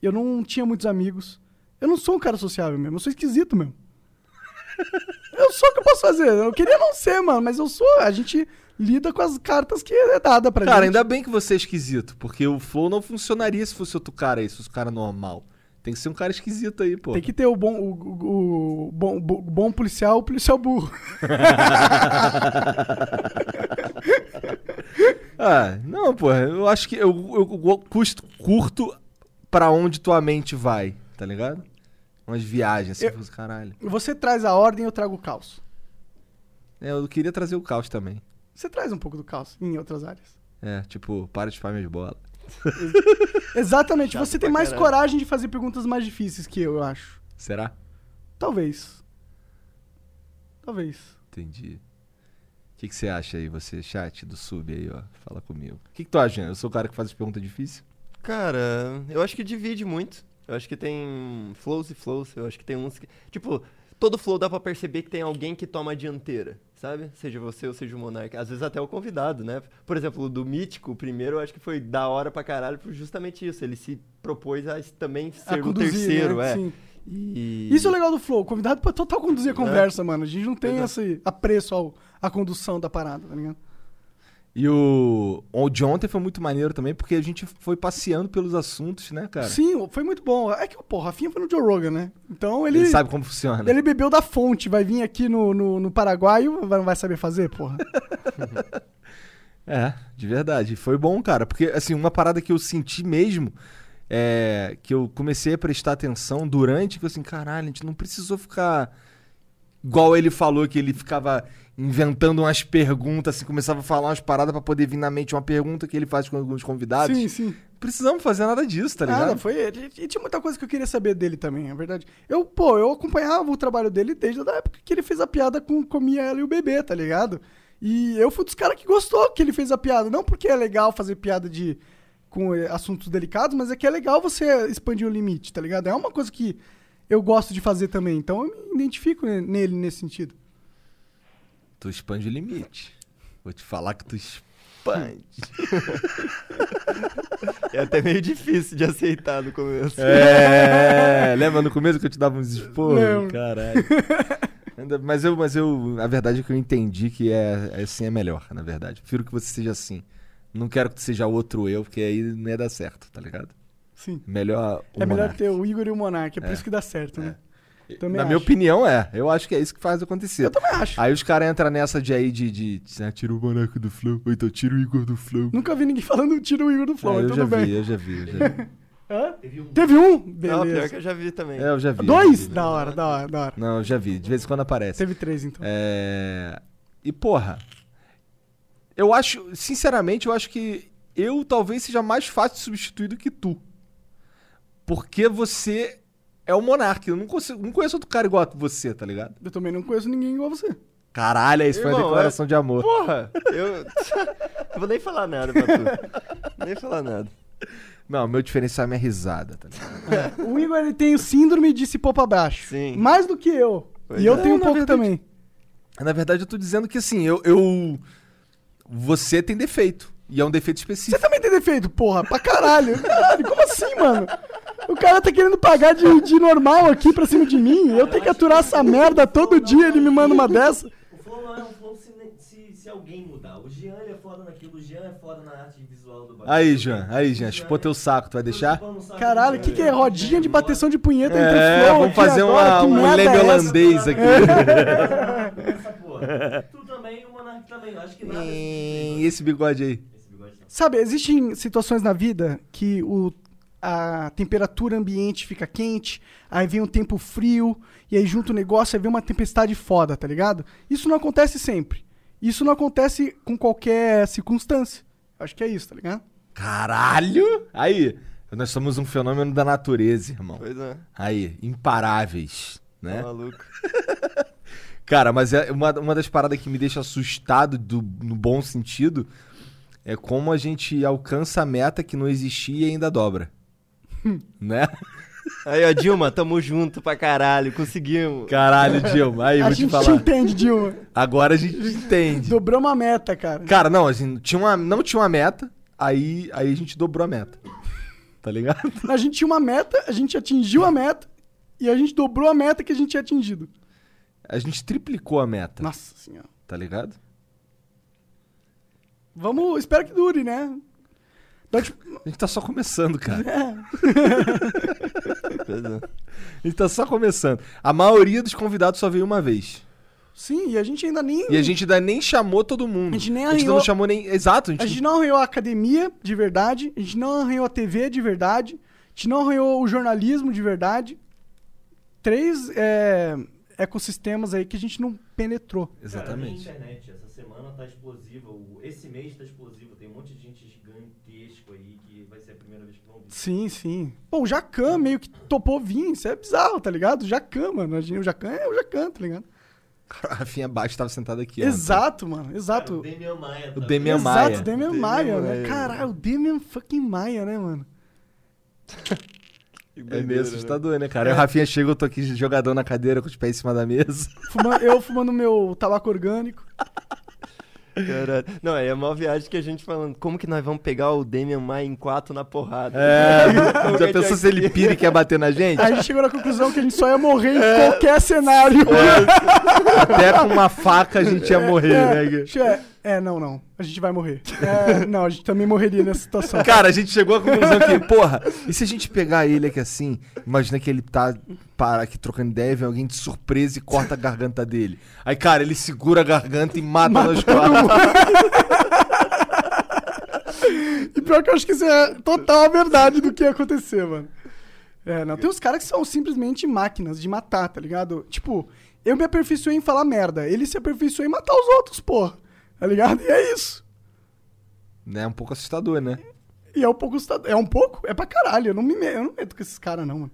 Eu não tinha muitos amigos. Eu não sou um cara sociável mesmo, eu sou esquisito mesmo. eu sou o que eu posso fazer. Eu queria não ser, mano, mas eu sou. A gente lida com as cartas que é dada pra Cara, gente. ainda bem que você é esquisito, porque o Flow não funcionaria se fosse outro cara aí, se fosse um cara normal. Tem que ser um cara esquisito aí, pô. Tem que ter o bom, o, o- o bom, bo- bom policial, o policial burro. Ah, não, pô. Eu acho que eu, eu, eu custo, curto pra onde tua mente vai, tá ligado? Umas viagens, assim, Eu- eu... caralho. Você traz a ordem, eu trago o caos. É, eu queria trazer o caos também. Você traz um pouco do caos em outras áreas. É, tipo, para de chupar minhas bolas. Exatamente. Chato você tem pra mais caralho. coragem de fazer perguntas mais difíceis que eu, eu acho. Será? Talvez. Talvez. Entendi. O que, que você acha aí, você, chat do sub aí, ó? Fala comigo. O que, que tu acha, Jean? Eu sou o cara que faz as perguntas difíceis? Cara, eu acho que divide muito. Eu acho que tem flows e flows. Eu acho que tem uns que. Tipo, todo flow dá pra perceber que tem alguém que toma a dianteira, sabe? Seja você ou seja o Monarca. Às vezes até o convidado, né? Por exemplo, o do Mítico, o primeiro, eu acho que foi da hora pra caralho por justamente isso. Ele se propôs a também A ser o conduzir, terceiro, né? é. Sim. E... É. Isso é o legal do Flow. O convidado pode total conduzir a conversa, mano. A gente não tem Exato. esse apreço ao, à condução da parada, tá ligado? E o... o de ontem foi muito maneiro também, porque a gente foi passeando pelos assuntos, né, cara? Sim, foi muito bom. É que, pô, Rafinha foi no Joe Rogan, né? Então ele. Ele sabe como né? funciona. Ele bebeu da fonte, vai vir aqui no, no, no Paraguai e vai- não vai saber fazer, porra. É, de verdade. Foi bom, cara. Porque, assim, uma parada que eu senti mesmo é que eu comecei a prestar atenção durante, que eu assim, caralho, a gente não precisou ficar. Igual ele falou, que ele ficava inventando umas perguntas, assim, começava a falar umas paradas pra poder vir na mente uma pergunta que ele faz com alguns convidados. sim, sim. Precisamos fazer nada disso, tá ligado? Nada, foi ele. E tinha muita coisa que eu queria saber dele também, é verdade. Eu, pô, eu acompanhava o trabalho dele desde a época que ele fez a piada com Comia Ela e o Bebê, tá ligado? E eu fui dos caras que gostou que ele fez a piada. Não porque é legal fazer piada de com eh, assuntos delicados, mas é que é legal você expandir o limite, tá ligado? É uma coisa que eu gosto de fazer também. Então eu me identifico ne- nele nesse sentido. Tu expande o limite. Vou te falar que tu expande. É até meio difícil de aceitar no começo. É, lembra no começo que eu te dava uns esporros? Lembro. Caralho. Ainda- Mas eu, mas eu, a verdade é que eu entendi que é, é assim é melhor, na verdade. Prefiro que você seja assim. Não quero que tu seja outro eu, porque aí não ia dar certo, tá ligado? Sim. Melhor o é melhor Monark. É. ter o Igor e o Monark, é por isso que dá certo, né? Também Na minha acho. opinião, é. Eu acho que é isso que faz acontecer. Eu também acho. Aí os caras entram nessa de aí de, de, de né, tira o Monarca do Flow, ou então tira o Igor do Flow. Nunca vi ninguém falando tira o Igor do Flow, É, mas eu, já tudo bem. vi, eu já vi, eu já vi. Hã? Teve um Teve um? Não, pior que Beleza. eu já vi também. É, eu já vi. eu já Dois? vi. Da hora, da hora, da hora. Não, eu já vi. De vez em quando aparece. Teve três, então. É... E, porra, eu acho, sinceramente, eu acho que eu talvez seja mais fácil de substituir do que tu. Porque você é o monarca. Eu não, consigo, não conheço outro cara igual a você, tá ligado? Eu também não conheço ninguém igual você. Caralho, é isso foi uma Irmão, declaração de amor. Porra! Eu. não vou nem falar nada pra tu. nem falar nada. Não, meu diferencial é minha risada, tá ligado? O Igor, ele tem o síndrome de se pôr pra baixo. Sim. Mais do que eu. Pois e eu é. tenho um Na pouco verdade- também. Na verdade, eu tô dizendo que assim, eu. eu- Você tem defeito. E é um defeito Você específico. também tem defeito, porra. Pra caralho. Caralho, como assim, mano? O cara tá querendo pagar de, de normal aqui pra cima de mim. Eu tenho que aturar essa merda todo dia. Ele me manda uma dessa. O Flow não é um Flow se, ne- se, se alguém mudar. O Jean ele é foda naquilo, o Jean é foda na arte visual do bagulho. Aí, Jean, aí, Jean, O chupou é- teu saco, tu vai deixar? Chupando o saco do Caralho, o Jean, que, que é? Rodinha um de bateção de punheta entre É, flow vamos aqui fazer agora? uma- Que um merda leme é essa? holandês aqui. Essa porra. Tu também e o Monark também. Eu acho que É. nada. E esse bigode aí. Esse bigode não. Sabe, existem situações na vida que o, a temperatura ambiente fica quente, aí vem um tempo frio, e aí junto o negócio, aí vem uma tempestade foda, tá ligado? Isso não acontece sempre. Isso não acontece com qualquer circunstância. Acho que é isso, tá ligado? Caralho! Aí, nós somos um fenômeno da natureza, irmão. Pois é. Aí, imparáveis, Tá né? maluco. Cara, mas é uma, uma das paradas que me deixa assustado do- no bom sentido é como a gente alcança a meta que não existia e ainda dobra. né? Aí, ó, Dilma, tamo junto pra caralho, conseguimos. Caralho, Dilma. Aí, a vou te gente falar. te entende, Dilma. Agora a gente entende. Dobrou uma meta, cara. Cara, não, assim, tinha uma, não tinha uma meta, aí, aí a gente dobrou a meta. Tá ligado? A gente tinha uma meta, a gente atingiu a meta, e a gente dobrou a meta que a gente tinha atingido. A gente triplicou a meta, Nossa senhora. tá ligado? Vamos, espero que dure, né? Então, tipo, é, A gente tá só começando, cara. Pois é. Ele tá só começando. A maioria dos convidados só veio uma vez. sim, e a gente ainda nem. E a gente ainda nem chamou todo mundo. Hum. A gente nem ainda não arranhou- chamou nem. Exato, a gente. A gente não arranhou a academia de verdade, a gente não arranhou a TV de verdade, a gente não arranhou o jornalismo de verdade. Três é, ecossistemas aí que a gente não penetrou. Exatamente. Cara, a minha internet essa semana tá explosiva. o- Esse mês tá explosivo. Tem um monte de gente gigantesco aí que vai ser a primeira vez que vão vir. Sim, sim. Pô, o Jacan meio que topou vir, isso é bizarro, tá ligado? O Jacan, mano. a gente- O Jacan é o Jacan, tá ligado? Cara, a Rafinha Baixo tava sentada aqui. ó. exato, mano, Cara, o exato. Demian Maia. O tá- Demian exato, Maia. Demian Demian Maia, né? Maia. Caralho, o Demian fucking Maia, né, mano? Que É doideira, meio assustador, né, É. cara? Aí O Rafinha chega, eu tô aqui jogadão na cadeira com os pés em cima da mesa. Fuma- eu fumando meu tabaco orgânico. né? Caralho. Não, aí é uma viagem que a gente falando, como que nós vamos pegar o Damian Maia em 4 na porrada? É, Como que a já gente pensou vai se ele pira e quer bater na gente? Aí a gente chegou na conclusão que a gente só ia morrer em qualquer cenário. Até com uma faca a gente ia morrer, né? É, é, não, não. A gente vai morrer. É, não, a gente também morreria nessa situação. Cara, a gente chegou à conclusão que, porra, e se a gente pegar ele aqui assim, imagina que ele tá para aqui trocando ideia, vem alguém de surpresa e corta a garganta dele. Aí, cara, ele segura a garganta e mata, nós quatro. E pior que eu acho que isso é total a verdade do que ia acontecer, mano. É, não. Tem uns caras que são simplesmente máquinas de matar, tá ligado? Tipo, eu me aperfeiçoei em falar merda. Ele se aperfeiçoou em matar os outros, porra. Tá ligado? E é isso. Né, É um pouco assustador, né? E é um pouco assustador. É um pouco? É pra caralho. Eu não me me- eu não medo com esses caras, não, mano.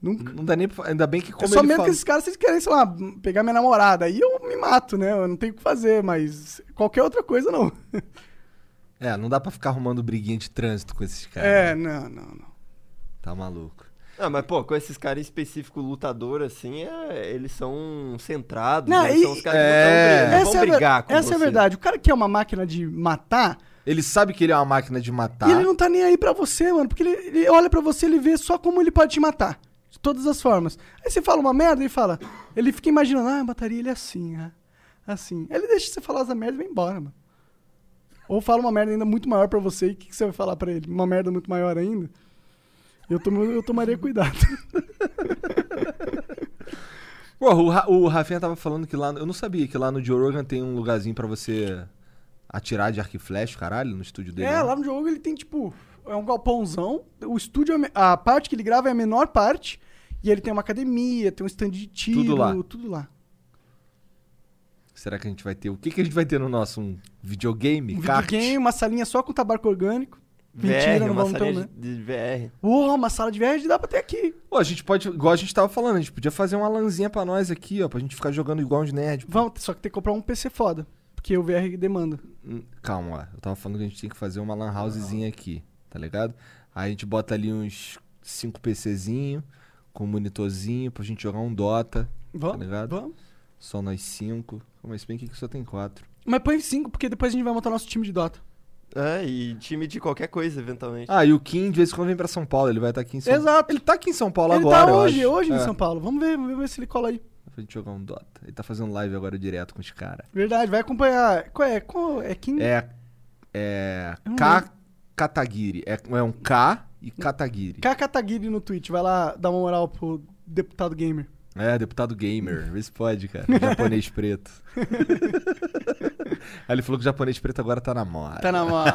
Nunca. Não dá nem pra... Ainda bem que como eu só ele medo fala- que esses caras, se eles querem, sei lá, pegar minha namorada. Aí eu me mato, né? Eu não tenho o que fazer, mas qualquer outra coisa, não. É, não dá pra ficar arrumando briguinha de trânsito com esses Tá. caras. assim. né? É, não, não, não. Tá maluco. Ah, mas pô, com esses caras em específico, lutador, assim, é- eles são centrados, Não, eles e- são os caras É. que não, tão bri- não é vão a ver- brigar com essa é a você. verdade. O cara que é uma máquina de matar, Ele sabe que ele é uma máquina de matar. E ele não tá nem aí pra você, mano. Porque ele, ele olha pra você, ele vê só como ele pode te matar. De todas as formas. Aí você fala uma merda e fala. Ele fica imaginando, ah, eu mataria ele assim, ah, assim. Aí ele deixa você falar essa merda e vai embora, mano. Ou fala uma merda ainda muito maior pra você, e o que, que você vai falar pra ele? Uma merda muito maior ainda? Eu, tomo, eu tomaria cuidado. Porra, o, Ra- o Rafinha tava falando que lá. Eu não sabia que lá no Joe Rogan tem um lugarzinho pra você atirar de arco e flecha, caralho, no estúdio dele. É, né? lá no jogo ele tem, tipo, é um galpãozão. O estúdio, é me- a parte que ele grava é a menor parte. E ele tem uma academia, tem um stand de tiro, Tudo lá. Tudo lá. Será que a gente vai ter. O que, que a gente vai ter no nosso? Um videogame? Um Kart? videogame, uma salinha só com tabaco orgânico. Mentira, VR, não uma vamos ter, série né? de de VR. Porra, uma sala de VR dá pra ter aqui. Pô, a gente pode. Igual a gente tava falando, a gente podia fazer uma lanzinha pra nós aqui, ó, pra gente ficar jogando igual uns nerds. Vamos, só que tem que comprar um PC foda. Porque o VR demanda. Hum, Calma, lá. Eu tava falando que a gente tem que fazer uma lan housezinha aqui, tá ligado? Aí a gente bota ali uns 5 PCzinho, com um monitorzinho, pra gente jogar um Dota, tá Vamos, ligado? vamos. Só nós cinco. Pô, Mas se bem que aqui só tem quatro. Mas põe cinco, porque depois a gente vai montar nosso time de Dota. É, e time de qualquer coisa, eventualmente. Ah, e o Kim de vez em quando vem pra São Paulo. Ele vai estar aqui em São Paulo. Exato. Ele tá aqui em São Paulo ele agora, tá eu hoje, acho. hoje É, em São Paulo. Vamos ver, vamos ver se ele cola aí. Pra gente jogar um Dota. Ele tá fazendo live agora direto com os caras. Verdade, vai acompanhar. Qual é? Qual é? Kim? É. É. Eu não K. Kataguiri. É, é um K e Kataguiri. Kakataguiri no Twitch. Vai lá dar uma moral pro deputado gamer. É, deputado gamer. Vê se pode, cara. Japonês preto. Aí ele falou que o japonês preto agora tá na moda. Tá na moda.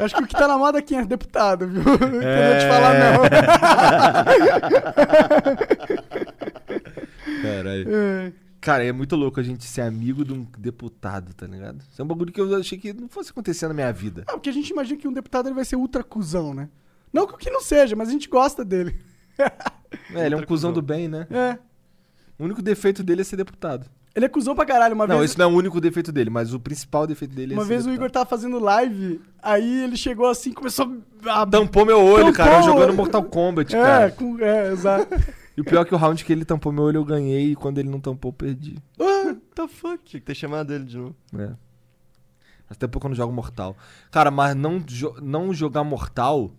Eu acho que o que tá na moda é quem é deputado, viu? Não vou te É. falar, não. Caralho. É. Cara, é muito louco a gente ser amigo de um deputado, tá ligado? Isso é um bagulho que eu achei que não fosse acontecer na minha vida. Ah, porque a gente imagina que um deputado ele vai ser ultra cuzão, né? Não que o que não seja, mas a gente gosta dele. É, ele é um Outra cuzão cuzão. do bem, né? É. O único defeito dele é ser deputado. Ele é cuzão pra caralho. Uma não, vez, isso não é o único defeito dele, mas o principal defeito dele é uma ser vez o Igor deputado. tava fazendo live, aí ele chegou assim começou a. Tampou meu olho, Tampou cara, eu o olho. jogando Mortal Kombat, é, Ah, cara. com, é, exato. E o pior é que o round que ele tampou meu olho eu ganhei e quando ele não tampou eu perdi. Ah, the fuck? Tinha que ter chamado ele de novo. É. Até porque eu não jogo Mortal. Cara, mas não, jo- não jogar Mortal.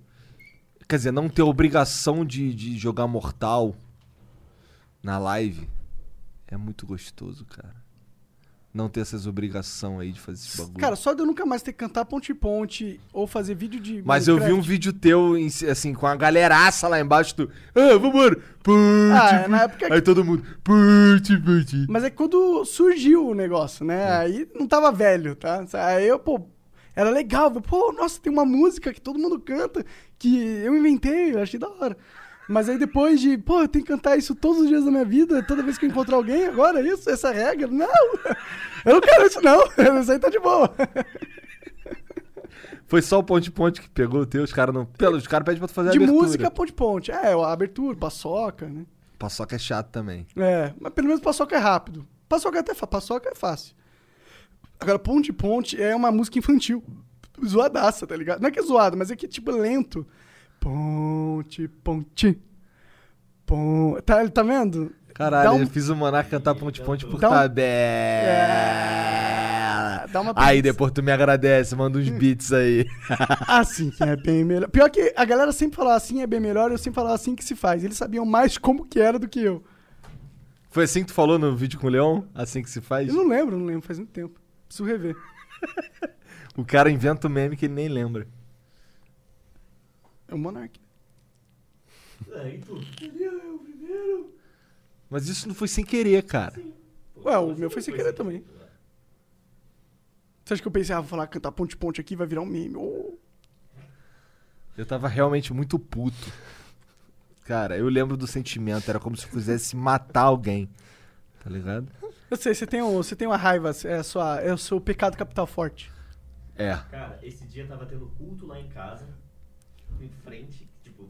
Quer dizer, não ter obrigação de, de jogar Mortal na live é muito gostoso, cara. Não ter essas obrigação aí de fazer esse bagulho. cara, só de eu nunca mais ter que cantar ponte-ponte ou fazer vídeo de. mas eu vi um Minecraft. vídeo teu, em- assim, com a galeraça lá embaixo do. Ah, vambora! Ah, Ah, é, na época que- Aí todo mundo. "Pute, pute." Mas é quando surgiu o negócio, né? É. Aí não tava velho, tá? Aí eu, pô, era legal. eu, Pô, nossa, tem uma música que todo mundo canta que eu inventei, eu achei da hora. Mas aí depois de, pô, eu tenho que cantar isso todos os dias da minha vida, toda vez que eu encontrar alguém, agora é isso, essa regra? Não! Eu não quero isso, não. Isso aí tá de boa. Foi só o ponte-ponte que pegou o teu, os caras não. Pelo, os caras pedem pra tu fazer a De abertura. música, ponte-ponte. É, a abertura, paçoca, né? Paçoca é chato também. É, mas pelo menos paçoca é rápido. Paçoca até fa paçoca é fácil. Agora, Ponte Ponte é uma música infantil. Zoadaça, tá ligado? Não é que é zoado, mas é que, tipo, é lento. Pô, Ponte, ponte. Pon... Tá, tá vendo? Caralho, Dá um- eu fiz o Monarca cantar Ponte Ponte por Dá um- É. tabela. Ah, Dá uma Aí preguiça. depois tu me agradece, manda uns beats aí. Assim é bem melhor. Pior que a galera sempre falava assim é bem melhor, eu sempre falava assim que se faz. Eles sabiam mais como que era do que eu. Foi assim que tu falou no vídeo com o Leão? Assim que se faz? Eu não lembro, não lembro, faz muito tempo. Preciso rever. O cara inventa um meme que ele nem lembra. É o Monark. Aí É, tu. Mas isso não foi sem querer, cara. Ué, o meu foi sem querer também. Você acha que eu pensei, ah, vou falar cantar ponte ponte aqui, vai virar um meme. Ô, Eu tava realmente muito puto. Cara, eu lembro do sentimento, era como se eu quisesse matar alguém. Tá ligado? Eu sei, você tem, um, você tem uma raiva, é, a sua, é o seu pecado capital forte. É. Cara, esse dia tava tendo culto lá em casa, em frente, tipo,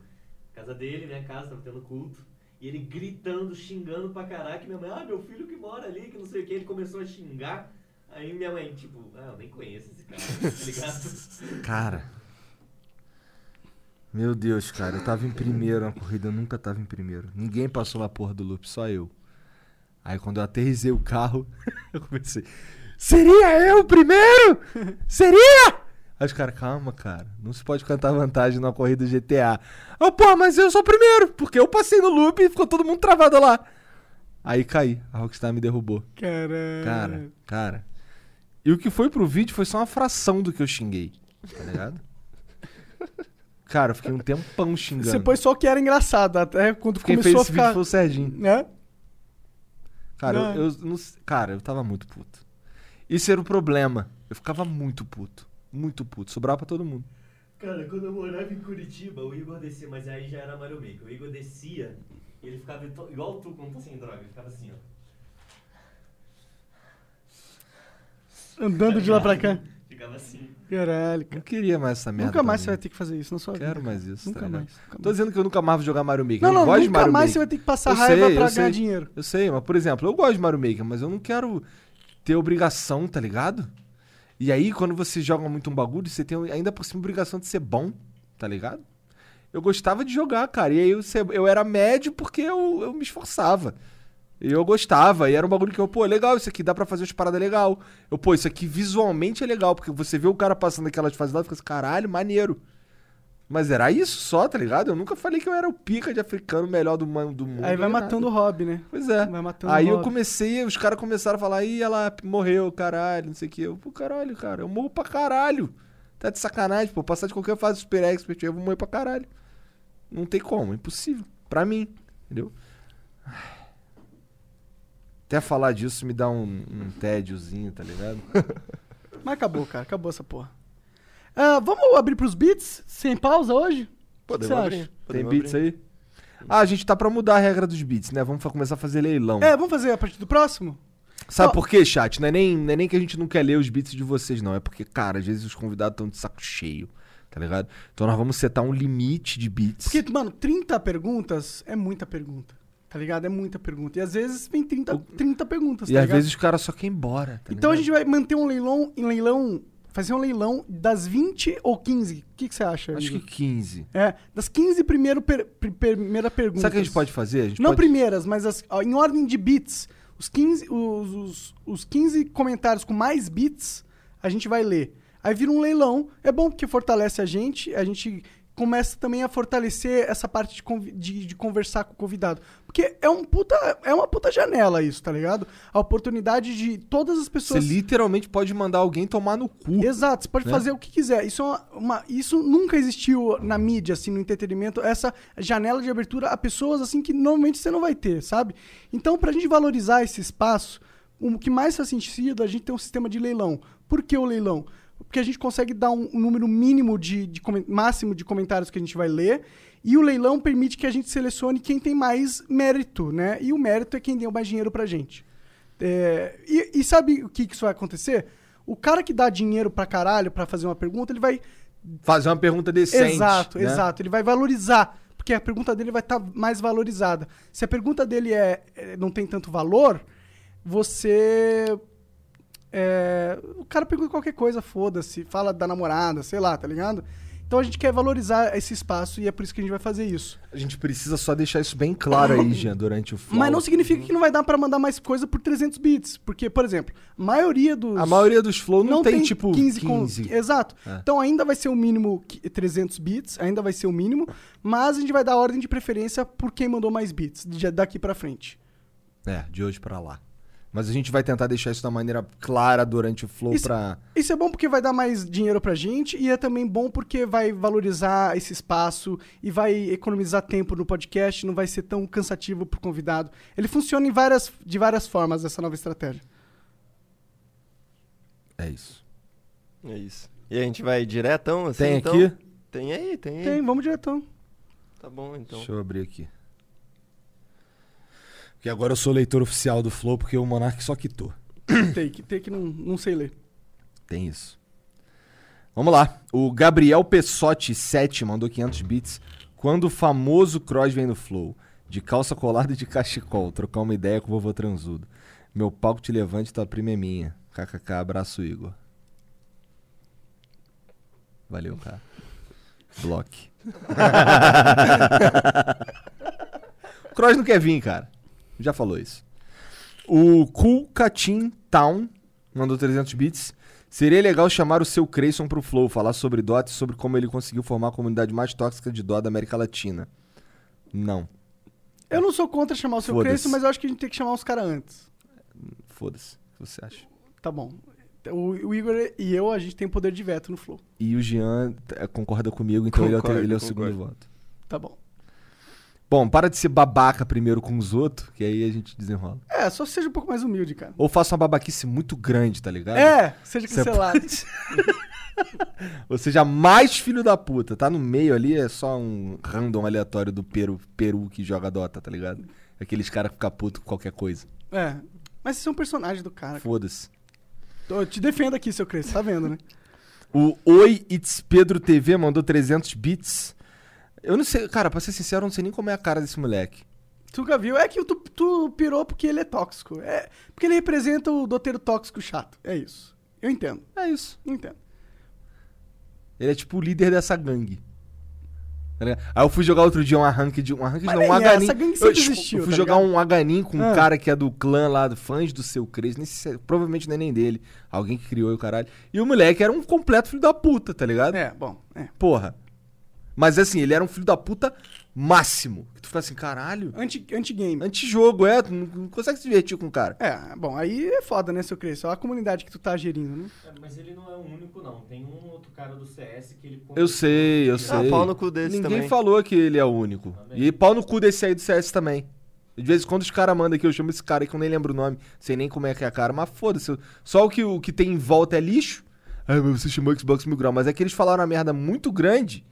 casa dele, minha casa, tava tendo culto. E ele gritando, xingando pra caraca, e minha mãe, ah, meu filho que mora ali, que não sei o que, ele começou a xingar. Aí minha mãe, tipo, ah, eu nem conheço esse cara, tá ligado? Cara. Meu Deus, cara, eu tava em primeiro na corrida, eu nunca tava em primeiro. Ninguém passou na porra do loop, só eu. Aí quando eu aterrisei o carro, eu comecei. Seria eu o primeiro? Seria? Aí os caras, calma, cara, não se pode cantar vantagem numa corrida GTA. Eu, "Ah, pô, mas eu sou o primeiro, porque eu passei no loop e ficou todo mundo travado lá. Aí caí, a Rockstar me derrubou. Caramba. Cara, cara. E o que foi pro vídeo foi só uma fração do que eu xinguei. Tá ligado? cara, eu fiquei um tempão xingando. Você pôs só o que era engraçado, até quando Quem fez começou a esse vídeo ficar. Ah. foi o Serginho. Né? Cara, Não. eu, eu não s- cara, eu tava muito puto. Isso era o problema. Eu ficava muito puto. Muito puto. Sobrava pra todo mundo. Cara, quando eu morava em Curitiba, o Igor descia, mas aí já era Mario Maker. O Igor descia e ele ficava ito- igual tu quando tá sem droga, ele ficava assim, ó. Andando de lá pra cá. Ficava assim. Caralho, Não cara. queria mais essa merda. Nunca mais você pra vai mim. ter que fazer isso na sua vida. Quero mais isso. Nunca tá ligado? mais, nunca Tô mais. dizendo que eu nunca mais vou jogar Mario Maker. Não, eu não, gosto de nunca Mario mais Maker. você vai ter que passar Eu raiva sei, pra eu ganhar sei. dinheiro. Eu sei, mas por exemplo, eu gosto de Mario Maker, mas eu não quero ter obrigação, tá ligado? E aí, quando você joga muito um bagulho, você tem ainda por cima a obrigação de ser bom, tá ligado? Eu gostava de jogar, cara. E aí eu, se- eu era médio porque eu, eu me esforçava. E eu gostava. E era um bagulho que eu, pô, é legal isso aqui, dá pra fazer umas paradas legal. Eu, pô, isso aqui visualmente é legal, porque você vê o cara passando aquelas fases lá e fica assim, caralho, maneiro. Mas era isso só, tá ligado? Eu nunca falei que eu era o pica de africano melhor do, man- do mundo. Aí vai nem nada. matando o hobby, né? Pois é. Vai matando Aí eu hobby. comecei, os caras começaram a falar, ih, ela morreu, caralho, não sei o que. Eu, pô, caralho, cara, eu morro pra caralho. Tá de sacanagem, pô, passar de qualquer fase do Super Expert, eu vou morrer pra caralho. Não tem como, é impossível. Pra mim, entendeu? Até falar disso me dá um, um tédiozinho, tá ligado? Mas acabou, cara. Acabou essa porra. Ah, vamos abrir pros beats? Sem pausa hoje? Podemos Você acha? abrir. Tem Podemos beats abrir. aí? Ah, a gente tá pra mudar a regra dos beats, né? Vamos fa- começar a fazer leilão. É, vamos fazer a partir do próximo? Sabe Ó. por quê, chat? Não é, nem, não é nem que a gente não quer ler os beats de vocês, não. É porque, cara, às vezes os convidados estão de saco cheio, tá ligado? Então nós vamos setar um limite de beats. Porque, tá mano, 30 perguntas é muita pergunta. Tá ligado? É muita pergunta. E às vezes vem 30, 30 perguntas, e tá às ligado? vezes os caras só querem ir embora. tá Então a ligado? gente vai manter um leilão em leilão. Fazer um leilão das 20 ou 15. O que, que você acha? Acho que Igor? 15. É, das 15 primeiro per, per- primeira pergunta. Sabe o que a gente pode fazer? A gente Não pode- primeiras, mas as- ó, em ordem de bits. Os 15, os, os, os 15 comentários com mais bits, a gente vai ler. Aí vira um leilão. É bom porque fortalece a gente. A gente começa também a fortalecer essa parte de, convi- de- de conversar com o convidado. Porque é, um puta, é uma puta janela isso, tá ligado? A oportunidade de todas as Você pessoas... literalmente pode mandar alguém tomar no cu. Exato, você pode né? fazer o que quiser. Isso, é uma, uma- isso nunca existiu na mídia, assim, no entretenimento, essa janela de abertura a pessoas assim que normalmente você não vai ter, sabe? Então, pra gente valorizar esse espaço, o que mais faz sentido é a gente ter um sistema de leilão. Por que o leilão? Porque a gente consegue dar um, um número mínimo de, de comen- máximo de comentários que a gente vai ler. E o leilão permite que a gente selecione quem tem mais mérito, né? E o mérito é quem deu mais dinheiro pra gente. É, e, e sabe o que, que isso vai acontecer? O cara que dá dinheiro pra caralho pra fazer uma pergunta, ele vai. Fazer uma pergunta decente. exato, né? exato. Ele vai valorizar. Porque a pergunta dele vai estar mais valorizada. Se a pergunta dele é, é, não tem tanto valor, você. é, o cara pergunta qualquer coisa, foda-se, fala da namorada, sei lá, tá ligado? Então a gente quer valorizar esse espaço e é por isso que a gente vai fazer isso. A gente precisa só deixar isso bem claro aí, Jean, durante o flow. Mas não significa que não vai dar pra mandar mais coisa por 300 bits. Porque, por exemplo, a maioria dos. A maioria dos flow não, tem, tipo 15. con- Exato. É. Então ainda vai ser o mínimo que- 300 bits, ainda vai ser o mínimo, mas a gente vai dar ordem de preferência por quem mandou mais bits, de- daqui pra frente. É, de hoje pra lá. Mas a gente vai tentar deixar isso da maneira clara durante o flow Isso- pra. Isso é bom porque vai dar mais dinheiro pra gente e é também bom porque vai valorizar esse espaço e vai economizar tempo no podcast, não vai ser tão cansativo pro convidado. Ele funciona em várias, de várias formas, essa nova estratégia. É isso. É isso. E a gente vai diretão, assim, Tem então? aqui? Tem aí, É. tem aí. Tem, vamos diretão. Tá bom, então. Deixa eu abrir aqui. Porque agora eu sou leitor oficial do Flow, porque o Monark só quitou. então. take, take, não, não sei ler. Tem isso. Vamos lá. O Gabriel Pessotti 7 mandou 500 bits. Quando o famoso Cross vem no Flow, de calça colada e de cachecol, trocar uma ideia com o vovô transudo. Meu palco te levante, tua prima é minha. KKK, abraço, Igor. Valeu, cara. Block. Cross não quer vir, cara. Já falou isso. O Kulkatin Town mandou 300 bits. Seria legal chamar o seu Creyson pro Flow, falar sobre Dota e sobre como ele conseguiu formar a comunidade mais tóxica de Dota da América Latina. Não, Eu não sou contra chamar o seu Foda-se. Cresço, mas eu acho que a gente tem que chamar os caras antes. foda-se. O que você acha? Tá bom. O, o Igor e eu, a gente tem poder de veto no Flow. E o Jean eh, concorda comigo, então ele é o te- Concordo, ele é o concordo. segundo voto. Tá bom. Bom, para de ser babaca primeiro com os outros, que aí a gente desenrola. É, só seja um pouco mais humilde, cara. Ou faça uma babaquice muito grande, tá ligado? É, seja Você cancelado. Ou seja, mais filho da puta. Tá no meio ali, é só um random aleatório do Peru, Peru que joga Dota, tá ligado? Aqueles caras que ficam puto com qualquer coisa. É. Mas você é um personagem do cara. Foda-se. Eu te defendo aqui, seu Cresço, tá vendo, né? O Oi It's Pedro TV mandou 300 bits. Eu não sei, cara, pra ser sincero, eu não sei nem como é a cara desse moleque. Tu nunca viu. É que tu, tu pirou porque ele é tóxico. É, porque ele representa o doteiro tóxico chato. É isso. Eu entendo. É isso. eu Entendo. Ele é tipo o líder dessa gangue. Tá ligado? Aí eu fui jogar outro dia um arranque de. Um arranque Mas não, um nem essa, aganin. essa gangue Eu, sempre tipo, existiu, eu fui tá jogar ligado? um aganin com um Ah. cara que é do clã lá, do fãs do seu Cres. nem sei se- Provavelmente não é nem dele. Alguém que criou e o caralho. E o moleque era um completo filho da puta, tá ligado? É, bom. É. Porra. Mas assim, ele era um filho da puta máximo. Que tu fica assim, caralho. Anti- Anti-game. Antijogo, é. Tu não- não consegue se divertir com o cara. é, bom, aí é foda, né, seu Cresço? Olha a comunidade que tu tá gerindo, né? É, Mas ele não é o único, não. Tem um outro cara do CS que ele... Eu sei, eu sei. Ah, pau no cu desse Ninguém também. falou que ele é o único. E pau no cu desse aí do CS também. De vez em quando os caras mandam aqui, eu chamo esse cara aí que eu nem lembro o nome, sei nem como é que é a cara, mas foda-se. eu- Só o que, o que tem em volta é lixo. Ah, mas você chamou Xbox Mil Grau. Mas é que eles falaram uma merda muito grande.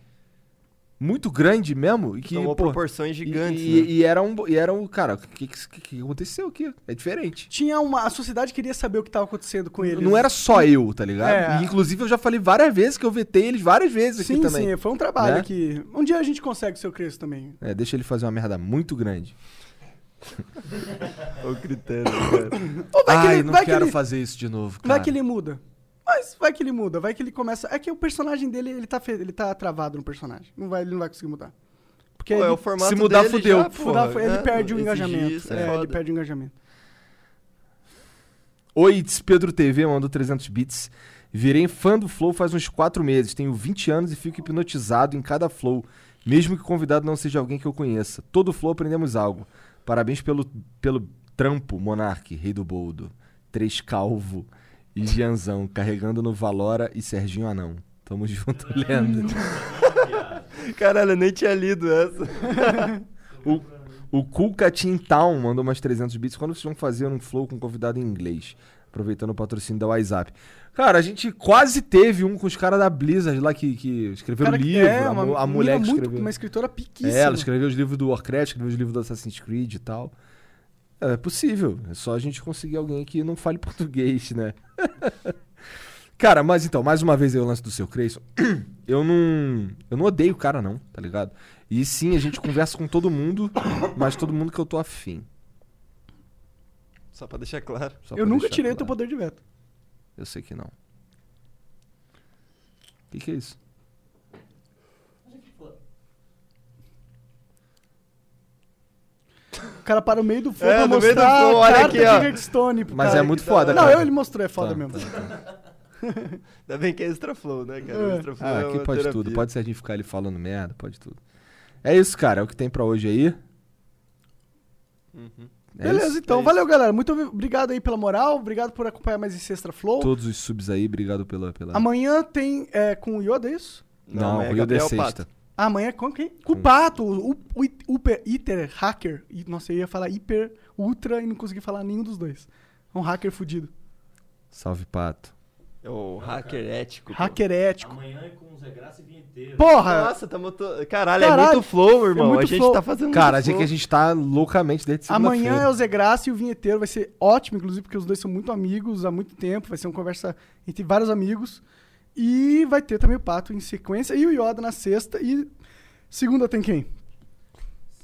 Muito grande mesmo. E que, Tomou pô, proporções gigantes, e, e, né? e era um. bo- E era um cara, o que, que, que- que aconteceu aqui? É diferente. Tinha uma. A sociedade queria saber o que tava acontecendo com eles. Não era só eu, tá ligado? É. E, inclusive eu já falei várias vezes que eu vetei eles várias vezes Sim, aqui também. sim, foi um trabalho Né? aqui. Um dia a gente consegue o seu Cresço também. É, deixa ele fazer uma merda muito grande. O critério, cara. Ou vai que Ai, ele- não vai que quero ele- fazer isso de novo, cara. Vai que ele muda. Mas vai que ele muda, vai que ele começa. É que o personagem dele, ele tá, fe- ele tá travado no personagem. Não vai, ele não vai conseguir mudar. Porque Pô, é ele, o formato se mudar, dele fudeu. já, mudar porra, foi- ele é, né? perde o Exigir engajamento. isso É, é ele foda. perde o engajamento. Oi, diz Pedro TV mandou 300 bits. Virei fã do Flow faz uns 4 meses. Tenho 20 anos e fico hipnotizado em cada Flow. Mesmo que o convidado não seja alguém que eu conheça. Todo Flow aprendemos algo. Parabéns pelo, pelo trampo, Monark, rei do boldo. Três Calvo e Gianzão, carregando no Valora e Serginho Anão. Tamo junto, Leandro. Caralho, eu nem tinha lido essa. O Kulkatin Town mandou umas 300 bits. Quando vocês vão fazer um flow com um convidado em inglês? Aproveitando o patrocínio da WhatsApp. Cara, a gente quase teve um com os caras da Blizzard lá que, que escreveram Cara, livro. é, a, uma mu- a menina mulher que muito- escreveu. Uma escritora piquíssima. é, ela escreveu os livros do Warcraft, escreveu os livros do Assassin's Creed e tal. É possível. É só a gente conseguir alguém que não fale português, né? cara, mas então, mais uma vez aí o lance do seu Creyson. Eu não. Eu não odeio o cara, não, tá ligado? E sim, a gente conversa com todo mundo, mas todo mundo que eu tô afim. Só pra deixar claro. Só pra Eu nunca deixar tirei o teu claro. poder de veto. Eu sei que não. O que, que é isso? foda. O cara para o meio do fogo É, pra no meio do mostrar fogo, a olha carta aqui, de ó. Hearthstone pro Mas cara. é muito foda, Não, cara. eu, ele mostrou, é foda Tá, mesmo. Ainda bem que é extra flow, né, cara? É. Extra flow Ah, é aqui uma pode terapia. tudo. Pode ser a gente ficar ali falando merda, pode tudo. É isso, cara. É o que tem pra hoje aí. Uhum. É Beleza, isso. então. é isso. Valeu, galera. Muito obrigado aí pela moral. Obrigado por acompanhar mais esse Extra Flow. Todos os subs aí, obrigado pela. pela... Amanhã tem é, com o Yoda, é isso? Não, é o Rio de Gabriel sexta. Ah, Amanhã é com quem? Com o Pato, o, o, o It- Uper- Iter Hacker. Ih, Nossa, eu ia falar Hiper Ultra e não consegui falar nenhum dos dois. É Um hacker fudido. Salve, pato. Pato. É o hacker ético. pô. Hacker ético. Amanhã é com o Zé Graça e Vinheteiro. Porra! Nossa, tá muito... Caralho, é Caralho, muito flow, irmão. muito a gente flow. tá fazendo Cara, muito achei flow. que a gente tá loucamente desde segunda-feira. Amanhã é o Zé Graça e o Vinheteiro. Vai ser ótimo, inclusive, porque os dois são muito amigos há muito tempo. Vai ser uma conversa entre vários amigos. E vai ter também o Pato em sequência. E o Yoda na sexta. E segunda tem quem?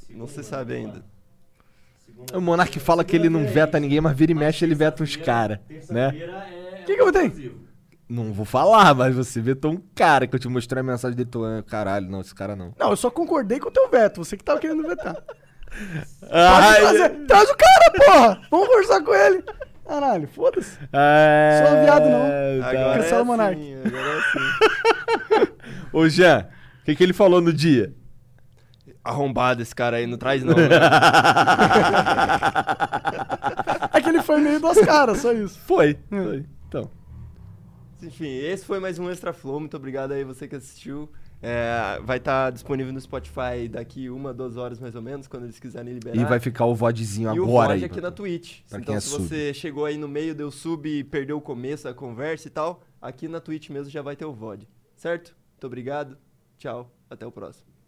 Não se Segunda, sabe vamos lá. ainda. Segunda- né? O Monark fala que ele não Segunda-feira é veta isso. ninguém, mas vira e Mas mexe, ele veta uns terça-feira- caras, né? Terça-feira é. Que que eu botei? exclusivo. Não vou falar, mas você vetou um cara que eu te mostrei a mensagem dele. Tô... ah, Caralho, não, esse cara não. Não, eu só concordei com o teu veto. Você que tava querendo vetar. Pode Ai, trazer. Traz o cara, porra! Vamos conversar com ele. Caralho, foda-se. é... Sou viado, não. tá. Agora Cancela o é Monark. assim, agora é assim. Ô, Jean, o que, que ele falou no dia? Arrombado esse cara aí, não traz não, né? É que ele foi meio duas caras, só isso. Foi. Foi. Então. Enfim, esse foi mais um Extra Flow. Muito obrigado aí você que assistiu. É, vai estar disponível no Spotify daqui uma, duas horas mais ou menos, quando eles quiserem liberar. E vai ficar o vodezinho Ah. E o agora VOD aí. aqui na Twitch. pra então, quem é se sub. você chegou aí no meio, deu sub e perdeu o começo da conversa e tal, aqui na Twitch mesmo já vai ter o VOD. Certo? Muito obrigado. Tchau. Até o próximo.